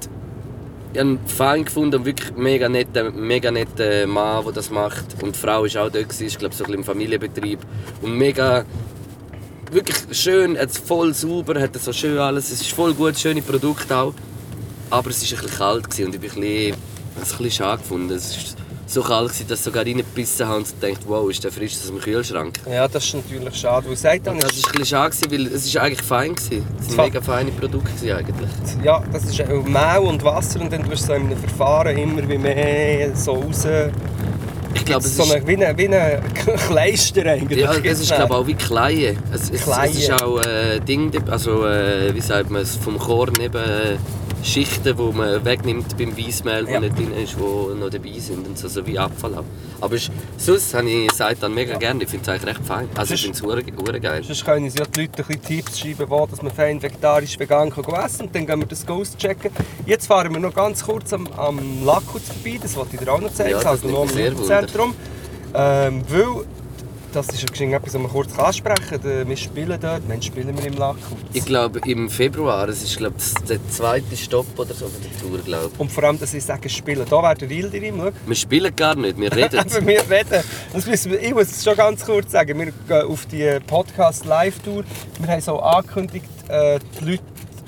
Speaker 4: ich habe ihn fein gefunden und wirklich mega netter, mega netter Mann, der das macht. Und die Frau war auch dort, gewesen, ich glaube so ein bisschen im Familienbetrieb. Und mega, wirklich schön, er ist voll sauber, hat so schön alles, es ist voll gut, schöne Produkte auch. Aber es war ein bisschen kalt gewesen und ich bin ein bisschen, ich hab's ein bisschen schade gefunden. Es war so kalt, gewesen, dass ich sogar reingebissen habe und so gedacht, wow, ist der frisch aus dem Kühlschrank.
Speaker 3: ja, das ist natürlich schade, weil Seitan
Speaker 4: Und
Speaker 3: ist...
Speaker 4: das war ein bisschen schade, gewesen, weil es war eigentlich fein. gewesen. Es
Speaker 3: Zwar-
Speaker 4: waren mega feine Produkte gewesen eigentlich.
Speaker 3: Ja, das ist auch Mehl und Wasser und dann tust du so in einem Verfahren immer wie mehr so raus.
Speaker 4: Ich glaube, es
Speaker 3: so
Speaker 4: ist,
Speaker 3: eine, wie ein wie eine Kleister eigentlich.
Speaker 4: ja, es ist glaube auch wie Kleie. Es, es,
Speaker 3: Kleie.
Speaker 4: es ist auch äh, Ding, also äh, wie sagt man, es, vom Korn eben äh, Schichten, die man wegnimmt beim Weissmehl, die
Speaker 3: Ja.
Speaker 4: nicht drin ist, die noch dabei sind und so, so wie Abfall auch. Aber es- sonst habe ich Seitan mega gerne, ich finde es eigentlich recht fein. Also ich
Speaker 3: Sonst-
Speaker 4: finde es hure- hure geil.
Speaker 3: Sonst können uns ja die Leute ein bisschen Tipps schreiben, wo dass man fein vegetarisch vegan kann essen und dann gehen wir das auschecken. Jetzt fahren wir noch ganz kurz am, am Lakutz vorbei, das wollte ich dir auch noch zeigen,
Speaker 4: Ja, das
Speaker 3: also
Speaker 4: nimmt
Speaker 3: noch
Speaker 4: mich
Speaker 3: im
Speaker 4: sehr
Speaker 3: Jugendzentrum. Ähm, weil, das ist ja geschenkt etwas, was man kurz ansprechen kann, wir spielen dort, wann spielen wir im Lakutz?
Speaker 4: Ich glaube im Februar, es ist glaube ich, der zweite Stopp oder so von der Tour, glaube
Speaker 3: Und vor allem, dass ich sage spielen, da wäre der Ildirim, schau.
Speaker 4: ich. Wir spielen gar
Speaker 3: (laughs)
Speaker 4: nicht, wir reden.
Speaker 3: Eben, wir reden. Das müssen wir, ich muss es schon ganz kurz sagen. Wir gehen auf die Podcast-Live-Tour. Wir haben so angekündigt, äh, die Leute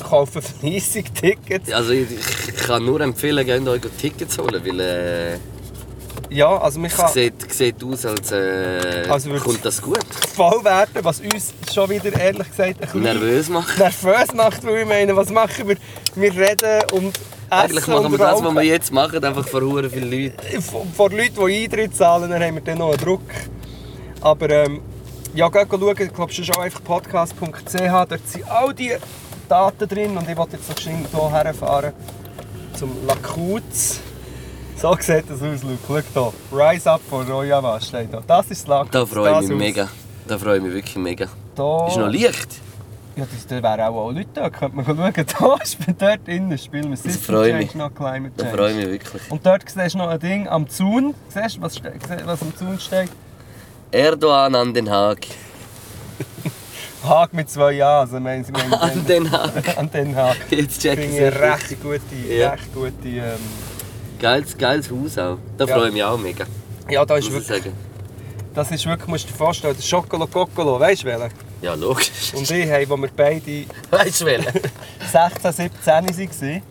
Speaker 3: kaufen fleissig Tickets. Ja.
Speaker 4: Also ich, ich kann nur empfehlen, geht euch Tickets holen, weil äh,
Speaker 3: also wir
Speaker 4: es
Speaker 3: können
Speaker 4: sieht, sieht aus, als äh,
Speaker 3: Also würd's-
Speaker 4: kommt das gut.
Speaker 3: voll werden, was uns schon wieder, ehrlich gesagt, ein bisschen
Speaker 4: Nervös machen.
Speaker 3: nervös macht. Weil ich meine, was machen wir? Wir reden und essen
Speaker 4: Eigentlich machen
Speaker 3: und
Speaker 4: wir das, was
Speaker 3: rauchen.
Speaker 4: wir jetzt machen, einfach vor hure vielen Leuten.
Speaker 3: Vor- Äh, vor Leuten, die Eintritt zahlen, dann haben wir dann noch einen Druck. Aber ähm, ja, geht schauen, ich glaube, es ist auch einfach podcast.ch, dort sind all die Daten drin und ich wollte jetzt noch schnell hierher herfahren zum Lakuz. So sieht das aus, Luke. Schau hier. Rise up for Rojava steht da. Das ist das Lakuz.
Speaker 4: Da freue
Speaker 3: das
Speaker 4: ich mich
Speaker 3: Haus.
Speaker 4: mega. Da freue ich mich wirklich mega.
Speaker 3: Da.
Speaker 4: Ist noch Licht?
Speaker 3: Ja, das, da wären auch, auch Leute da. Könnte man schauen, (laughs) da ist man dort innen, spielen wir System
Speaker 4: freue ich
Speaker 3: Change,
Speaker 4: mich.
Speaker 3: noch Climate
Speaker 4: Da
Speaker 3: Change.
Speaker 4: freue ich mich wirklich.
Speaker 3: Und dort siehst du noch ein Ding am Zaun. Siehst du, was, ste- siehst du, was am Zaun steht?
Speaker 4: Erdogan an den Haag. (laughs)
Speaker 3: Haag mit zwei Ja. (laughs) Also, meinen sie meinen
Speaker 4: An den Haag.
Speaker 3: an den Haag.
Speaker 4: Jetzt check
Speaker 3: Finde
Speaker 4: ich
Speaker 3: ich
Speaker 4: es.
Speaker 3: eine recht gute,
Speaker 4: Ja.
Speaker 3: recht gute ähm,
Speaker 4: Geiles, geiles Haus auch. Da
Speaker 3: Ja.
Speaker 4: freue ich mich auch mega.
Speaker 3: Ja, da
Speaker 4: Muss
Speaker 3: ist
Speaker 4: ich
Speaker 3: wirklich,
Speaker 4: sagen.
Speaker 3: das ist wirklich, musst du dir vorstellen, der Schokolo Kokolo, weißt du welchen?
Speaker 4: Ja, logisch.
Speaker 3: Und ich, hey, wo wir beide
Speaker 4: (laughs) Weißt du welchen?
Speaker 3: (laughs) 16, 17 waren,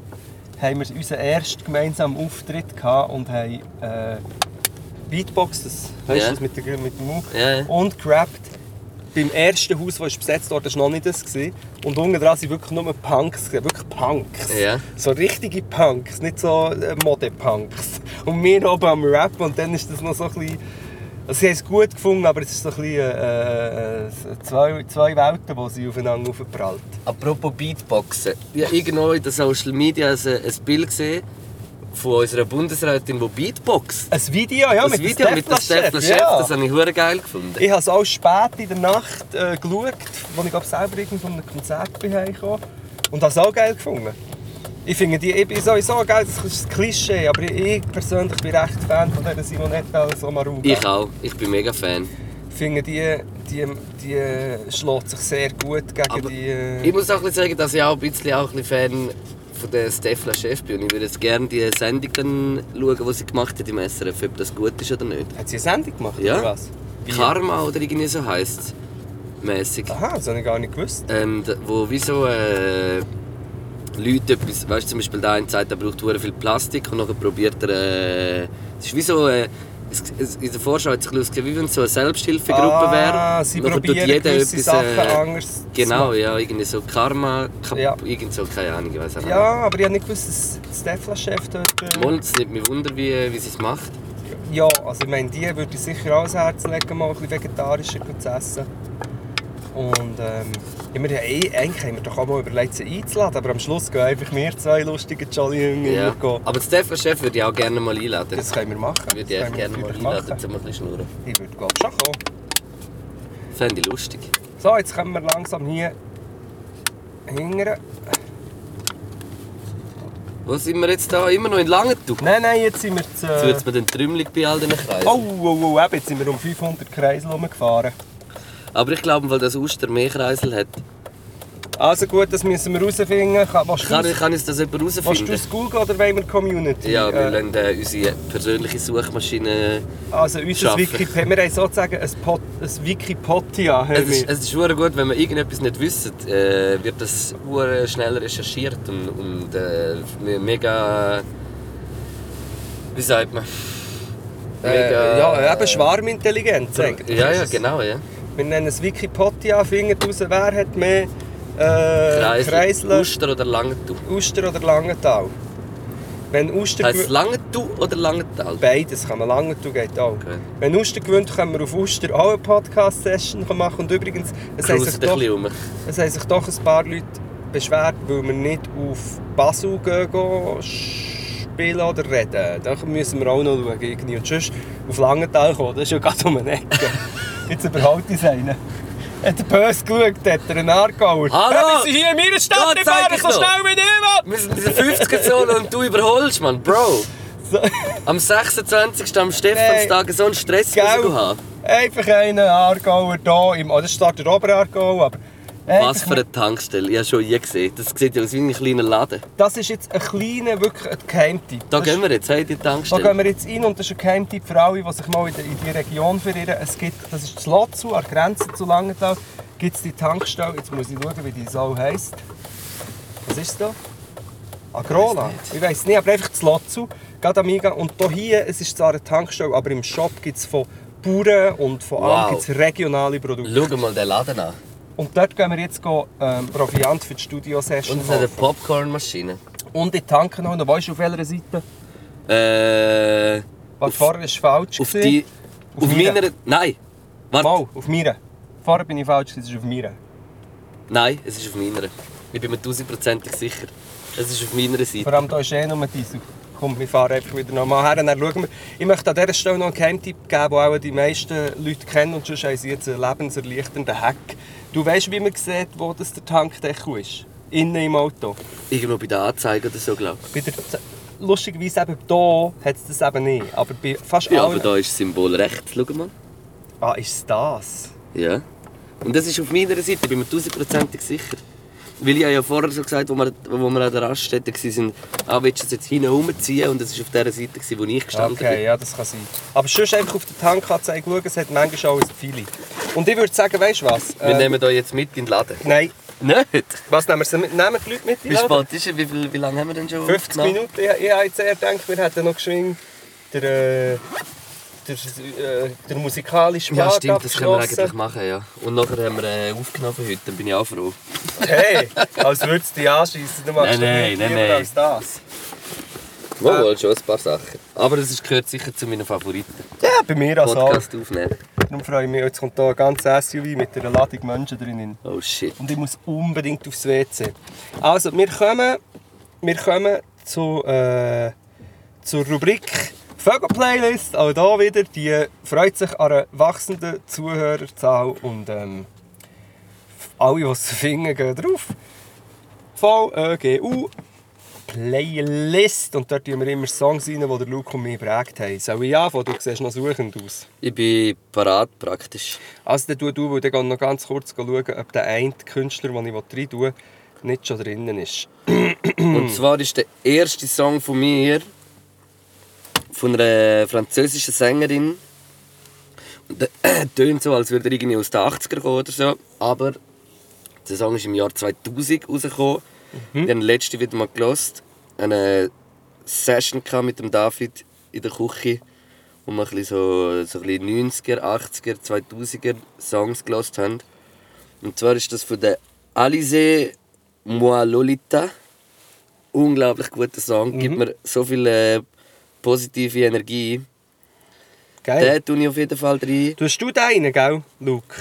Speaker 3: haben wir unseren ersten gemeinsamen Auftritt gehabt und haben äh, Beatbox, das weißt
Speaker 4: Ja.
Speaker 3: du, das mit, der, mit dem Mund,
Speaker 4: Ja, ja.
Speaker 3: und gerappt. Beim ersten Haus, das ist besetzt wurde, das war noch nicht das. gewesen. Und unten dran waren wirklich nur Punks. gewesen, Wirklich Punks.
Speaker 4: Ja.
Speaker 3: So richtige Punks, nicht so äh, Mode-Punks. Und wir oben am Rap und dann ist das noch so ein bisschen... Also sie haben es gut gefunden, aber es ist so ein bisschen äh, äh, zwei, zwei Welten, die sie aufeinander aufprallt.
Speaker 4: Apropos Beatboxen. Ich habe irgendwo in den Social Media ein, ein Bild gesehen von unserer Bundesrätin, die Beatboxt.
Speaker 3: Ein Video, ja,
Speaker 4: das
Speaker 3: mit
Speaker 4: Video
Speaker 3: dem
Speaker 4: mit dem Steffler
Speaker 3: Steffler-Chef,
Speaker 4: Chef,
Speaker 3: ja.
Speaker 4: das habe ich hure geil gefunden.
Speaker 3: Ich habe es auch spät in der Nacht äh, geschaut, als ich glaub, selber irgendwo von einem Konzert bin heimgekommen. Und habe es auch geil gefunden. Ich finde die ich bin sowieso geil, das ist ein Klischee, aber ich persönlich bin recht Fan von dieser Simonetta Sommaruga.
Speaker 4: Ich auch. Ich bin mega Fan.
Speaker 3: Ich finde, die, die, die äh, schlägt sich sehr gut gegen
Speaker 4: Aber
Speaker 3: die... äh,
Speaker 4: Ich muss auch ein bisschen sagen, dass ich auch ein bisschen, auch ein bisschen Fan von der Steffler Chef bin. Und ich würde jetzt gerne die Sendung dann schauen, die sie gemacht hat im SRF, ob das gut ist oder nicht.
Speaker 3: Hat sie eine Sendung gemacht,
Speaker 4: Ja.
Speaker 3: oder was? Wie?
Speaker 4: Karma oder irgendwie so heisst es. Mäßig.
Speaker 3: Aha, das habe ich gar nicht gewusst.
Speaker 4: ähm, d- wo wie so äh, Leute etwas, weißt du, zum Beispiel der eine sagt, er braucht hure viel Plastik und dann probiert er, äh, es ist wie so, äh, es, es, in der Vorschau hat es ein bisschen ausgesehen, wie wenn es so eine Selbsthilfegruppe
Speaker 3: Ah,
Speaker 4: wäre.
Speaker 3: sie
Speaker 4: Und nachher
Speaker 3: probieren gewisse Sachen anders zu
Speaker 4: äh, Genau, ja, irgendwie so Karma, Kap,
Speaker 3: Ja.
Speaker 4: irgend so, keine Ahnung, ich weiß auch
Speaker 3: Ja, aber ich habe nicht gewusst, dass das Steffler-Chef dort... äh,
Speaker 4: nicht. Mal, es nimmt mich wunder, wie, wie sie es macht.
Speaker 3: Ja, also ich meine, die würde ich sicher auch ans Herz legen, mal ein bisschen vegetarischer zu essen. Und ähm, ja, wir haben, eh- eigentlich haben wir doch auch mal überlegt, sie einzuladen, aber am Schluss gehen einfach wir zwei lustigen Jolly Jünger
Speaker 4: Ja.
Speaker 3: gehen.
Speaker 4: Aber den Stefan Chef würde ich auch gerne mal einladen.
Speaker 3: Das können wir machen.
Speaker 4: würde ich
Speaker 3: Das können
Speaker 4: echt gerne
Speaker 3: wir
Speaker 4: mal
Speaker 3: natürlich
Speaker 4: einladen,
Speaker 3: machen.
Speaker 4: um ein bisschen schnurren.
Speaker 3: Ich würde glaube schon kommen.
Speaker 4: Fände ich lustig.
Speaker 3: So, jetzt kommen wir langsam hier hingern.
Speaker 4: Wo sind wir jetzt da? Immer noch in Langenthal?
Speaker 3: Nein, nein, jetzt sind wir zu...
Speaker 4: Jetzt wird mir den Trümmelig bei all diesen Kreisen.
Speaker 3: Oh, oh, oh, eben, jetzt sind wir um 500 Kreisel rumgefahren.
Speaker 4: Aber ich glaube, weil das Oster mehr Kreisel hat.
Speaker 3: Also gut, das müssen wir herausfinden. Kann, willst du,
Speaker 4: Kann,
Speaker 3: aus-
Speaker 4: kann uns das jemand
Speaker 3: willst du
Speaker 4: herausfinden?
Speaker 3: aus Google oder wollen wir die Community?
Speaker 4: Ja, wir
Speaker 3: äh,
Speaker 4: lassen äh, unsere persönliche Suchmaschine...
Speaker 3: Also unser
Speaker 4: Schaffen.
Speaker 3: Wikipedia, wir haben sozusagen ein, Pot, ein Wikipodia. haben
Speaker 4: Es ist,
Speaker 3: wir.
Speaker 4: es ist verdammt gut, wenn wir irgendetwas nicht wissen, äh, wird das verdammt schnell recherchiert und, und äh, me- mega... Wie sagt man?
Speaker 3: äh, ja, eben Schwarmintelligenz eigentlich.
Speaker 4: Ja,
Speaker 3: ist
Speaker 4: ja,
Speaker 3: es.
Speaker 4: genau, ja.
Speaker 3: Wir nennen es Wikipodia, finden raus, wer hat mehr äh,
Speaker 4: Kreisel,
Speaker 3: Kreisler,
Speaker 4: Oster oder Langenthal.
Speaker 3: Uster oder Langenthal. Wenn Uster
Speaker 4: Heißt es
Speaker 3: gewinnt,
Speaker 4: Langenthal oder Langenthal?
Speaker 3: beides kann man Langenthal geht auch.
Speaker 4: Okay.
Speaker 3: Wenn Uster gewinnt, können wir auf Uster auch eine Podcast-Session machen. Und übrigens, es haben, sich
Speaker 4: Cruisen ein
Speaker 3: doch,
Speaker 4: bisschen um. rum.
Speaker 3: es haben sich doch ein paar Leute beschwert, weil wir nicht auf Basel gehen, gehen spielen oder reden. Da müssen wir auch noch schauen. Irgendwie. Und sonst auf Langenthal kommen, das ist ja gerade um eine
Speaker 4: (laughs)
Speaker 3: Ecke. Jetzt überholt uns einer. Hat er böse geschaut, hat er einen Aargauer.
Speaker 4: Hallo!
Speaker 3: Ja, wir sind hier in meiner Stadt,
Speaker 4: Da
Speaker 3: ich
Speaker 4: zeig
Speaker 3: fahre
Speaker 4: ich
Speaker 3: so
Speaker 4: noch.
Speaker 3: schnell wie niemand!
Speaker 4: Wir sind in der 50er-Zone und du überholst, Mann. Bro,
Speaker 3: So,
Speaker 4: am 26. am Stephanstag so einen Stress
Speaker 3: Gell?
Speaker 4: musst du haben.
Speaker 3: Einfach einen Aargauer hier im... Oh, das ist der Oberaargau, aber...
Speaker 4: Was
Speaker 3: einfach
Speaker 4: für eine Tankstelle. Ich habe schon je gesehen. Das sieht ja aus wie ein kleiner Laden.
Speaker 3: Das ist jetzt ein kleiner, wirklich ein Geheimtipp.
Speaker 4: Da
Speaker 3: Das
Speaker 4: gehen wir jetzt, hey, die
Speaker 3: Da
Speaker 4: Tankstelle.
Speaker 3: gehen wir jetzt rein und das ist ein Geheimtipp für alle, die sich mal in die, in die Region verirren. Es gibt, das ist das Lotzu, an der Grenze zu Langenthal, gibt es die Tankstelle, jetzt muss ich schauen, wie die Sau heisst. Was ist da? Agrola? Ich
Speaker 4: Ich weiss nicht.
Speaker 3: weiß nicht, aber einfach das Lotzu, gerade am Eingang. Und da hier, es ist zwar eine Tankstelle, aber im Shop gibt es von Bauern und von
Speaker 4: Wow.
Speaker 3: allem gibt's regionale Produkte.
Speaker 4: Schau mal den Laden an.
Speaker 3: Und dort gehen wir jetzt go, ähm, Proviant für die Studio-Session
Speaker 4: Und es hat eine
Speaker 3: kaufen.
Speaker 4: Popcornmaschine.
Speaker 3: Und die Tanken holen. Weißt du, auf welcher Seite?
Speaker 4: Äh.
Speaker 3: Was vorher ist falsch
Speaker 4: Auf
Speaker 3: gewesen.
Speaker 4: die.
Speaker 3: Auf
Speaker 4: Auf meiner. Nein! Warte!
Speaker 3: Mal, auf mir. Vorher bin ich falsch, es ist auf mir.
Speaker 4: Nein, es ist auf meiner. Ich bin mir tausendprozentig sicher. Es ist auf meiner Seite.
Speaker 3: Vor allem hier ist eh nur Diesel. komm, wir fahren einfach wieder normal her. Und dann schauen wir. Ich möchte an dieser Stelle noch einen Geheimtipp geben, den auch die meisten Leute kennen. Und sonst haben sie jetzt einen lebenserleichternden Hack. Du weißt, wie man sieht, wo das der Tankdeckel ist. Innen im Auto.
Speaker 4: Irgendwo bei der Anzeige oder so, glaube
Speaker 3: Bei der Z- Lustigerweise eben hier hat es das eben nicht. Aber bei fast
Speaker 4: ich. Ja, aber
Speaker 3: allen...
Speaker 4: da ist das Symbol rechts, schau mal.
Speaker 3: Ah, ist es das?
Speaker 4: Ja. Und das ist auf meiner Seite, bin mir tausendprozentig sicher. Weil ich habe ja vorher so gesagt, wo wir, wo wir an der Raststätte waren, ah, willst du das jetzt hinten rumziehen? Und das war auf der Seite, gewesen, wo ich gestanden
Speaker 3: Okay,
Speaker 4: bin.
Speaker 3: ja, das kann sein. Aber sonst einfach auf den Tankanzeige schauen, es hat manchmal auch ein Pfeili. Und ich würde sagen, weißt du was?
Speaker 4: Wir
Speaker 3: Äh,
Speaker 4: nehmen euch jetzt mit in den Laden.
Speaker 3: Nein,
Speaker 4: Nicht?
Speaker 3: was nehmen wir? sie mit? Nehmen die Leute mit? in
Speaker 4: Wie
Speaker 3: den Laden?
Speaker 4: spät ist es? Wie, viel, wie lange haben wir denn schon?
Speaker 3: 50
Speaker 4: aufgenommen?
Speaker 3: Minuten. Ich, ich habe jetzt eher gedacht, wir hätten noch geschwind der, äh, der, äh, der musikalische
Speaker 4: Ja,
Speaker 3: Part
Speaker 4: stimmt, das können wir
Speaker 3: abgeschlossen.
Speaker 4: eigentlich machen, ja. Und nachher haben wir äh, aufgenommen für heute, dann bin ich auch froh.
Speaker 3: Hey, als würdest du dich anschiessen. Du machst
Speaker 4: Nein,
Speaker 3: doch
Speaker 4: nein, nein,
Speaker 3: lieber
Speaker 4: nein.
Speaker 3: als das.
Speaker 4: Jawohl, schon ein paar Sachen. Aber das ist, gehört sicher zu meinen Favoriten.
Speaker 3: Ja, bei mir also auch.
Speaker 4: Podcast aufnehmen.
Speaker 3: Darum freue ich mich, jetzt kommt hier ein ganzes SUV mit einer Ladung Menschen drinnen.
Speaker 4: Oh shit.
Speaker 3: und ich muss unbedingt aufs WC. Also, wir kommen, wir kommen zu, äh, zur Rubrik Vögel-Playlist. Auch hier wieder, die freut sich an einer wachsenden Zuhörerzahl und ähm, alle, die es finden, gehen drauf. VÖGU Playlist. Und dort tun wir immer Songs rein, die der Luke und mich geprägt haben. Soll ich anfangen? Du siehst noch suchend aus.
Speaker 4: Ich bin parat praktisch.
Speaker 3: Also dann tu du, weil dann gehe ich noch ganz kurz schauen, ob der eine Künstler, den ich rein tue, nicht schon drinnen ist.
Speaker 4: Und zwar ist der erste Song von mir von einer französischen Sängerin. Und der (clears throat) tönt so, als würde er irgendwie aus den 80er kommen oder so. Aber der Song ist im Jahr 2000 rausgekommen. Ich habe ihn letzte wieder mal gelost. Eine Session gehabt mit dem David in der Küche. Und wir ein bisschen so, so ein bisschen 90er, 80er, 2000er Songs gelost haben. Und zwar ist das von der Alize Moi Lolita unglaublich guter Song,
Speaker 3: Mhm.
Speaker 4: gibt mir so viel äh, positive Energie.
Speaker 3: Geil.
Speaker 4: Den tue ich auf jeden Fall rein.
Speaker 3: Tust du deinen, gell, Luke?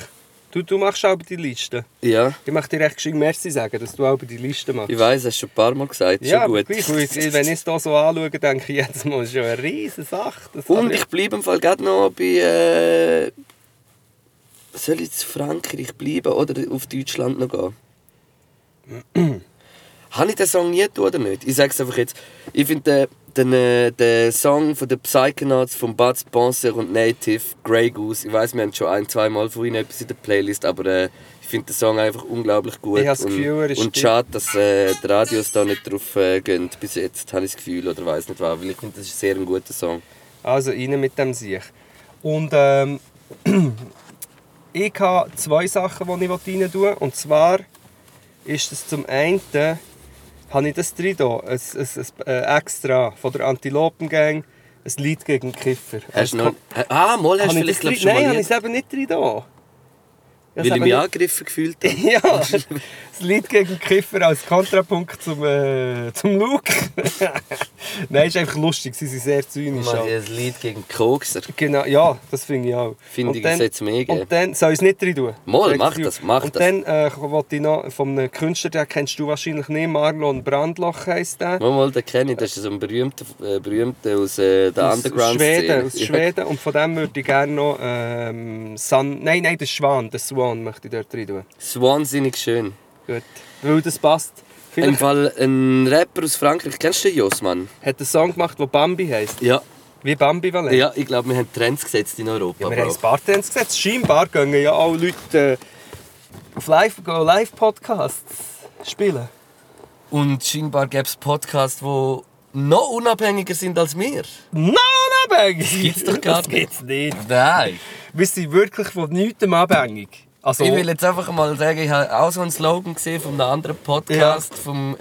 Speaker 3: Du, du machst auch die Liste.
Speaker 4: Ja,
Speaker 3: Ich möchte dir echt geschwind Merci sagen, dass du auch die Liste machst.
Speaker 4: ich weiß, hast du schon ein paar Mal gesagt.
Speaker 3: ja,
Speaker 4: schon
Speaker 3: aber
Speaker 4: gut.
Speaker 3: gleich, weil ich- wenn ich es hier so anschaue, denke ich, jetzt mal schon eine riesige Sache. Das
Speaker 4: Und ich bleibe im Fall gerade noch bei. Äh, soll ich zu Frankreich bleiben oder auf Deutschland noch gehen? (clears throat) Habe ich den Song nie getan oder nicht? Ich sage es einfach jetzt. Ich finde den, den, äh, den Song von den Psychonauts von Bud Spencer und Native, Grey Goose, ich weiß, wir haben schon ein, zwei Mal von ihnen etwas in der Playlist, aber äh, ich finde den Song einfach unglaublich gut.
Speaker 3: Ich habe das
Speaker 4: und,
Speaker 3: Gefühl, er ist
Speaker 4: Und
Speaker 3: die-
Speaker 4: schade, dass äh, die Radios da nicht drauf äh, gehen. Bis jetzt habe ich das Gefühl oder weiß nicht was, weil ich finde, das ist sehr ein guter Song.
Speaker 3: Also rein mit dem Sieg. Und ähm, (clears throat) ich habe zwei Sachen, die ich rein tun will. Und zwar ist das zum einen, habe ich das drin hier, ein, ein, ein äh, extra von der Antilopengang, ein Lied gegen den Kiffer. Also,
Speaker 4: Hast du noch. Ah, mal hast
Speaker 3: Habe
Speaker 4: du
Speaker 3: ich das
Speaker 4: vielleicht glaub,
Speaker 3: drin?
Speaker 4: schon mal.
Speaker 3: Nein, habe ich
Speaker 4: nie-
Speaker 3: es eben nicht drin. da. Ich habe es
Speaker 4: Weil ich
Speaker 3: eben
Speaker 4: mich
Speaker 3: nicht- (laughs)
Speaker 4: angegriffen gefühlt habe. (laughs)
Speaker 3: ja, das Lied gegen den Kiffer als Kontrapunkt zum, äh, zum Luke. (laughs) Nein, ist einfach lustig, sie sind sehr zynisch.
Speaker 4: Man,
Speaker 3: aber-
Speaker 4: ein Lied gegen Kokser.
Speaker 3: Genau, ja, das finde ich auch.
Speaker 4: Finde
Speaker 3: Und
Speaker 4: ich,
Speaker 3: dann-
Speaker 4: es sollte mehr geben.
Speaker 3: Und dann soll ich es nicht rein tun.
Speaker 4: Mal,
Speaker 3: Sechs
Speaker 4: mach
Speaker 3: Jahre.
Speaker 4: das, mach
Speaker 3: und
Speaker 4: das.
Speaker 3: dann äh, wollte ich noch von einem Künstler, den kennst du wahrscheinlich nicht, Marlon Brandloch heisst der.
Speaker 4: Mal, mal, den kenne ich. Das ist so ein berühmter, äh, berühmter aus äh, der
Speaker 3: Aus Schweden,
Speaker 4: Underground-Szene. (laughs)
Speaker 3: aus Schweden. Und von dem würde ich gerne noch ähm, Sun... Nein, nein, der Schwan, der Swan möchte ich dort rein tun.
Speaker 4: Ja. Ist wahnsinnig schön.
Speaker 3: Gut. Weil das passt.
Speaker 4: Im
Speaker 3: Vielleicht
Speaker 4: Fall ein Rapper aus Frankreich. Kennst du den Josman?
Speaker 3: hat er einen Song gemacht, der Bambi heisst.
Speaker 4: Ja.
Speaker 3: Wie Bambi Valent.
Speaker 4: Ja, ich glaube, wir haben Trends gesetzt in Europa.
Speaker 3: Ja, wir
Speaker 4: Bro.
Speaker 3: haben ein paar Trends gesetzt. Scheinbar gehen ja auch Leute äh, auf Live- gehen Live-Podcasts spielen.
Speaker 4: Und scheinbar gäbe es Podcasts, die noch unabhängiger sind als wir.
Speaker 3: Nein, abhängig! Das
Speaker 4: gibt's doch gar
Speaker 3: nicht. Das gibt's nicht.
Speaker 4: Nein.
Speaker 3: Wir sind wirklich von nichts abhängig. Also,
Speaker 4: Ich will jetzt einfach mal sagen, ich habe auch so einen Slogan gesehen von einem anderen Podcast, vom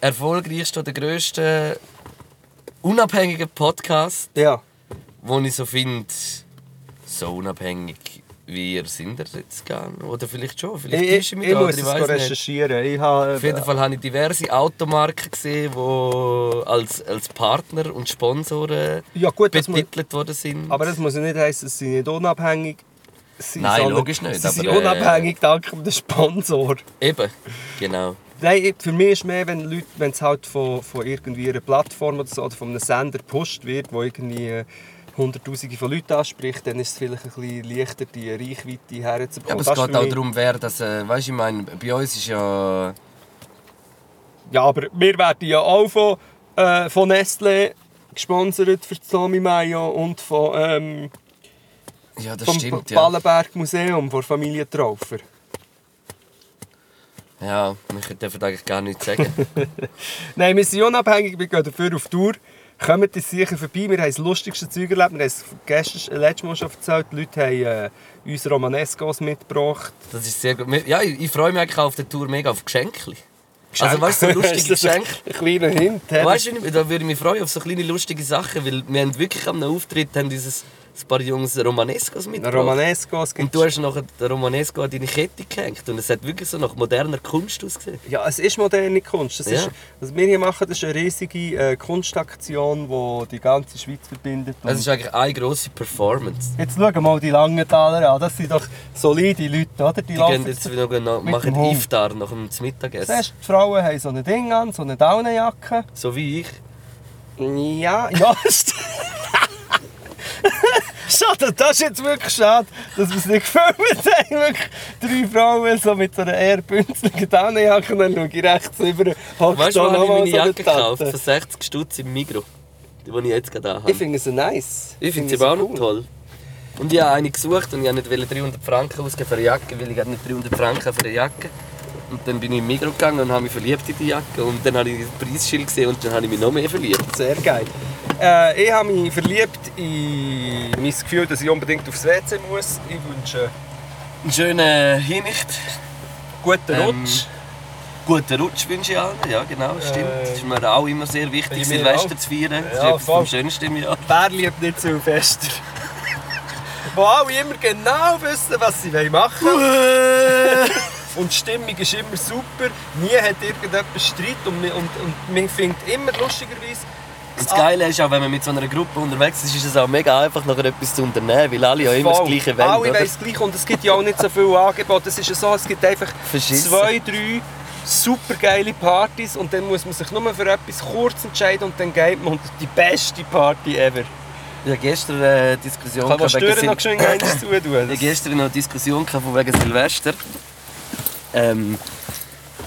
Speaker 4: erfolgreichsten oder grössten unabhängigen Podcast,
Speaker 3: ja.
Speaker 4: wo ich so finde, so unabhängig wie ihr sind ihr jetzt gar nicht. Oder vielleicht schon,
Speaker 3: Ich,
Speaker 4: vielleicht
Speaker 3: ich,
Speaker 4: täusche ich mich
Speaker 3: ich
Speaker 4: da,
Speaker 3: muss es
Speaker 4: oder ich
Speaker 3: go
Speaker 4: weiß nicht.
Speaker 3: recherchieren. Ich habe,
Speaker 4: Auf jeden Fall habe ich diverse Automarken gesehen, die als, als Partner und Sponsoren
Speaker 3: Ja, gut, das muss,
Speaker 4: betitelt worden sind.
Speaker 3: aber das muss ja nicht heißen, dass sie nicht unabhängig sind.
Speaker 4: Nein,
Speaker 3: sondern
Speaker 4: logisch nicht,
Speaker 3: Sie sind
Speaker 4: aber, äh,
Speaker 3: unabhängig dank dem Sponsor.
Speaker 4: Eben, genau.
Speaker 3: Nein, ich- für mich ist mehr, wenn Leute, wenn es halt von, von irgendwie einer Plattform oder so oder von einem Sender gepusht wird, wo irgendwie äh, Hunderttausende von Leuten anspricht, dann ist es vielleicht ein bisschen leichter, die Reichweite
Speaker 4: Ja,
Speaker 3: herzubekommen.
Speaker 4: aber
Speaker 3: Das
Speaker 4: es
Speaker 3: ist
Speaker 4: geht
Speaker 3: für
Speaker 4: auch
Speaker 3: mich-
Speaker 4: darum, wer das. Äh, weißt du, ich meine, bei uns ist ja.
Speaker 3: Ja, aber wir werden ja auch von, äh, von Nestle gesponsert für das Tommy Mayo und von, ähm,
Speaker 4: Ja, das
Speaker 3: vom
Speaker 4: stimmt, ja.
Speaker 3: Ballenberg Museum, von der Familie Traufer.
Speaker 4: Ja, wir dürfen eigentlich gar nichts sagen. (laughs)
Speaker 3: Nein, wir sind unabhängig, wir gehen dafür auf Tour. Kommt uns sicher vorbei, wir haben das lustigste Zeug erlebt. Wir haben es gestern, äh, letztes Mal schon erzählt, die Leute haben äh, uns Romanescos mitgebracht.
Speaker 4: Das ist sehr gut. Mir- Ja, ich, ich freue mich eigentlich auch auf der Tour mega auf Geschenke. Also, weißt
Speaker 3: (laughs)
Speaker 4: du, so
Speaker 3: Ist
Speaker 4: lustige
Speaker 3: das ein-
Speaker 4: Geschenke.
Speaker 3: Ein kleiner Hint. hä?
Speaker 4: Weißt du, da würde ich mich freuen auf so kleine lustige Sachen, weil wir haben wirklich am Auftritt haben dieses ein paar Jungs Romanescos mitgebracht.
Speaker 3: Romanescos
Speaker 4: und
Speaker 3: gibt
Speaker 4: du hast nachher den Romanesco an deine Kette gehängt und es hat wirklich so nach moderner Kunst ausgesehen.
Speaker 3: Ja, es ist moderne Kunst. Das
Speaker 4: Ja.
Speaker 3: ist, was wir hier machen, das ist eine riesige äh, Kunstaktion, die die ganze Schweiz verbindet.
Speaker 4: Es ist eigentlich eine grosse Performance.
Speaker 3: Jetzt schauen wir mal die Langenthaler an. Das sind doch solide Leute, oder? Die,
Speaker 4: Die
Speaker 3: laufen
Speaker 4: gehen jetzt
Speaker 3: zu-
Speaker 4: wieder noch,
Speaker 3: mit
Speaker 4: machen
Speaker 3: dem Hund.
Speaker 4: Iftar nach dem Mittagessen.
Speaker 3: Siehst du, die Frauen haben so ein Ding an, so eine Daunenjacke.
Speaker 4: So wie ich.
Speaker 3: Ja, (laughs) ja, st- Schade, das ist jetzt wirklich schade, dass wir es nicht gefilmt haben. Wirklich drei Frauen so mit so einer eher bünzligen Daunenjacke. Dann schaue ich rechts rüber. hockt
Speaker 4: Weißt du,
Speaker 3: da
Speaker 4: wo habe
Speaker 3: noch
Speaker 4: ich
Speaker 3: mal
Speaker 4: meine
Speaker 3: so eine
Speaker 4: Jacke gekauft?
Speaker 3: Tante.
Speaker 4: Für 60 Stutz im Migro. Die, die ich jetzt gerade habe.
Speaker 3: Ich finde sie nice.
Speaker 4: Ich finde
Speaker 3: find
Speaker 4: sie aber auch
Speaker 3: cool.
Speaker 4: noch toll. Und ich habe eine gesucht und ich wollte nicht 300 Franken ausgeben für eine Jacke, weil ich gerade nicht 300 Franken für eine Jacke Und dann bin ich in Migros gegangen und habe mich verliebt in die Jacke. Und dann habe ich das Preisschild gesehen und dann habe ich mich noch mehr verliebt.
Speaker 3: Sehr geil. Äh, ich habe mich verliebt in mein Gefühl, dass ich unbedingt aufs WC muss. Ich wünsche
Speaker 4: Einen schönen Hinnicht.
Speaker 3: einen guten
Speaker 4: Ähm,
Speaker 3: Rutsch.
Speaker 4: Guten Rutsch wünsche ich allen. Ja, genau, das stimmt.
Speaker 3: Äh,
Speaker 4: Es ist mir auch immer sehr wichtig,
Speaker 3: bei mir
Speaker 4: Silvester
Speaker 3: auch.
Speaker 4: zu feiern. Das
Speaker 3: Ja,
Speaker 4: ist etwas
Speaker 3: voll.
Speaker 4: vom Schönsten im Jahr.
Speaker 3: Wer liebt nicht Silvester? (laughs) Wo alle immer genau wissen, was sie machen wollen. Und die Stimmung ist immer super. Nie hat irgendetwas Streit. Und, man- und, und man findet immer lustigerweise...
Speaker 4: Und das Geile ist auch, wenn man mit so einer Gruppe unterwegs ist, ist es auch mega einfach, nachher etwas zu unternehmen, weil alle ja immer das
Speaker 3: Voll.
Speaker 4: Gleiche wollen.
Speaker 3: Alle
Speaker 4: oder?
Speaker 3: wollen das Gleiche und es gibt ja auch nicht so viele Angebote. Es ist ja so, es gibt einfach
Speaker 4: Verschissen.
Speaker 3: zwei, drei super geile Partys und dann muss man sich nur für etwas kurz entscheiden und dann geht man und die beste Party ever.
Speaker 4: Ich habe gestern eine Diskussion
Speaker 3: Kann man
Speaker 4: gehabt wegen
Speaker 3: stören noch
Speaker 4: Sil-
Speaker 3: schön
Speaker 4: (coughs)
Speaker 3: eins zu tun?
Speaker 4: Ich hatte gestern noch eine Diskussion gehabt von wegen Silvester. Ähm,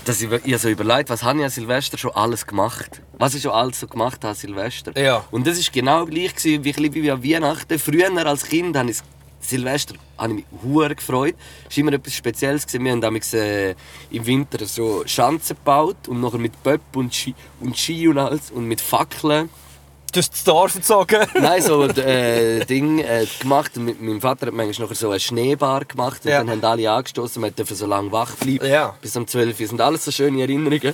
Speaker 4: dass ich, ich habe so überlegt, was habe ich an Silvester schon alles gemacht? Was ich schon alles so gemacht habe an Silvester?
Speaker 3: Ja.
Speaker 4: Und das war genau gleich gewesen, wie, ein bisschen wie an Weihnachten. Früher als Kind habe ich Silvester habe ich mich hure gefreut. Es war immer etwas Spezielles. gewesen. Wir haben damals, äh, im Winter so Schanzen gebaut und nachher mit Pöpp und Ski und, Ski und alles und mit Fackeln.
Speaker 3: Du hast das Dorf gezogen. (laughs)
Speaker 4: Nein, so äh, Ding äh, gemacht. Und mit meinem Vater hat manchmal noch so eine Schneebar gemacht. Und
Speaker 3: Ja.
Speaker 4: dann haben alle angestoßen. Wir dürfen so lange wach bleiben.
Speaker 3: Ja.
Speaker 4: Bis um 12 Uhr. Das sind alles so schöne Erinnerungen.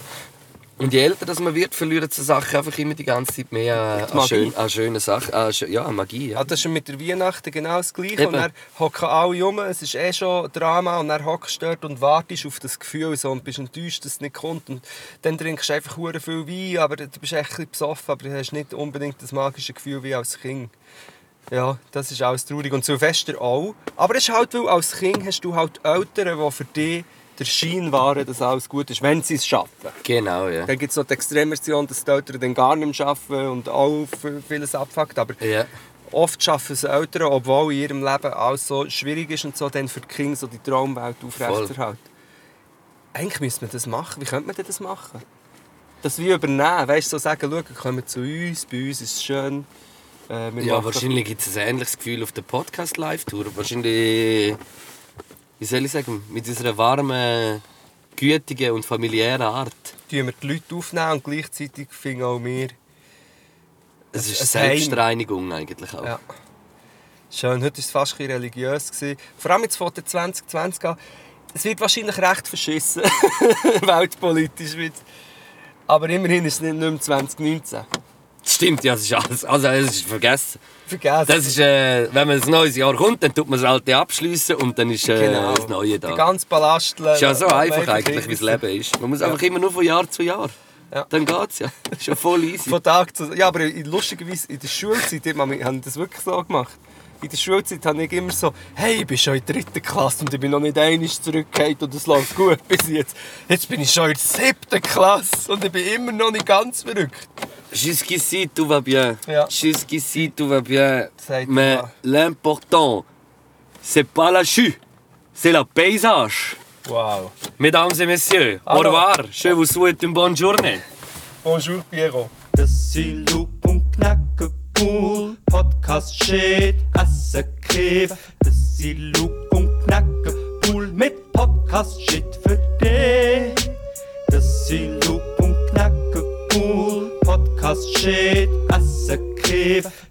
Speaker 4: Und je älter das man wird, verlieren so Sachen einfach immer die ganze Zeit mehr äh, an,
Speaker 3: Magie.
Speaker 4: schön, an schöne Sachen. An schö ja, an Magie. Ja.
Speaker 3: Ja, das ist mit der Weihnachten genau das Gleiche.
Speaker 4: Eben.
Speaker 3: Und dann hocken alle rum, es ist eh schon Drama. Und dann hockst du dort und wartest auf das Gefühl so, und bist enttäuscht, dass es nicht kommt. Und dann trinkst du einfach hure viel Wein, aber du bist echt ein bisschen besoffen, aber du hast nicht unbedingt das magische Gefühl wie als Kind. Ja, das ist alles traurig. Und Silvester auch. Aber es ist halt, weil als Kind hast du halt Eltern, die für dich der Schein waren, dass alles gut ist, wenn sie es schaffen.
Speaker 4: Genau, ja.
Speaker 3: Dann gibt es noch die Extremversion, dass die Eltern dann gar nicht mehr arbeiten und auch viel- vieles abfuckt. Aber
Speaker 4: ja.
Speaker 3: Oft schaffen es Eltern, obwohl in ihrem Leben alles so schwierig ist und so, dann für die Kinder so die Traumwelt aufrechterhalten. Eigentlich müsste man das machen. Wie könnte man denn das machen? Das wie übernehmen. Weißt du, so sagen, schau, kommen zu uns, bei uns ist es schön. Äh, wir
Speaker 4: ja
Speaker 3: machen-
Speaker 4: wahrscheinlich gibt es ein ähnliches Gefühl auf der Podcast-Live-Tour. Wahrscheinlich, wie soll ich sagen, mit unserer warmen, gütigen und familiären Art.
Speaker 3: tun wir die Leute aufnehmen und gleichzeitig finden auch wir.
Speaker 4: Es ist
Speaker 3: ein Heim.
Speaker 4: Selbstreinigung eigentlich auch.
Speaker 3: Ja. Schön, heute war es fast ein bisschen religiös. Gewesen. Vor allem jetzt von der 2020 an. Es wird wahrscheinlich recht verschissen, (laughs) weltpolitisch. Wird. Aber immerhin ist es nicht mehr 2019.
Speaker 4: Stimmt, ja, es ist alles. Also, es ist vergessen.
Speaker 3: Vergessen.
Speaker 4: Das ist, äh, wenn man ein neues Jahr kommt, dann tut man das alte abschließen und dann ist äh, das Neue
Speaker 3: Der
Speaker 4: da.
Speaker 3: Genau. ganze äh, Ballast.
Speaker 4: Ist ja so einfach eigentlich, wie das Leben ist. Man muss einfach immer nur von Jahr zu Jahr.
Speaker 3: Ja.
Speaker 4: Dann geht's ja. Ist ja voll easy.
Speaker 3: Von Tag zu Ja, aber in- lustigerweise in der Schulzeit haben wir das wirklich so gemacht. in der Schulzeit habe ich immer so, hey, ich bin schon in der dritten Klasse und ich bin noch nicht einmal zurückgekommen und es läuft gut (laughs) bis jetzt. Jetzt bin ich schon in der siebten Klasse und ich bin immer noch nicht ganz verrückt.
Speaker 4: Jusqu'ici, tout va bien.
Speaker 3: Ja.
Speaker 4: Jusqu'ici, tout va bien.
Speaker 3: Ça a été
Speaker 4: Mais
Speaker 3: pas.
Speaker 4: l'important, c'est pas la chute, c'est le paysage.
Speaker 3: Wow.
Speaker 4: Mesdames et messieurs, au
Speaker 3: Alors.
Speaker 4: revoir. Je vous souhaite une bonne journée.
Speaker 3: Bonjour, Piero.
Speaker 6: Das sind Loop und Knacke cool. Podcast shit, Asse Kiff. Das sind Loop und Knacke cool mit Podcast shit für dich. Das sind Loop und Knacke cool. Podcast shit, Asse Kiff.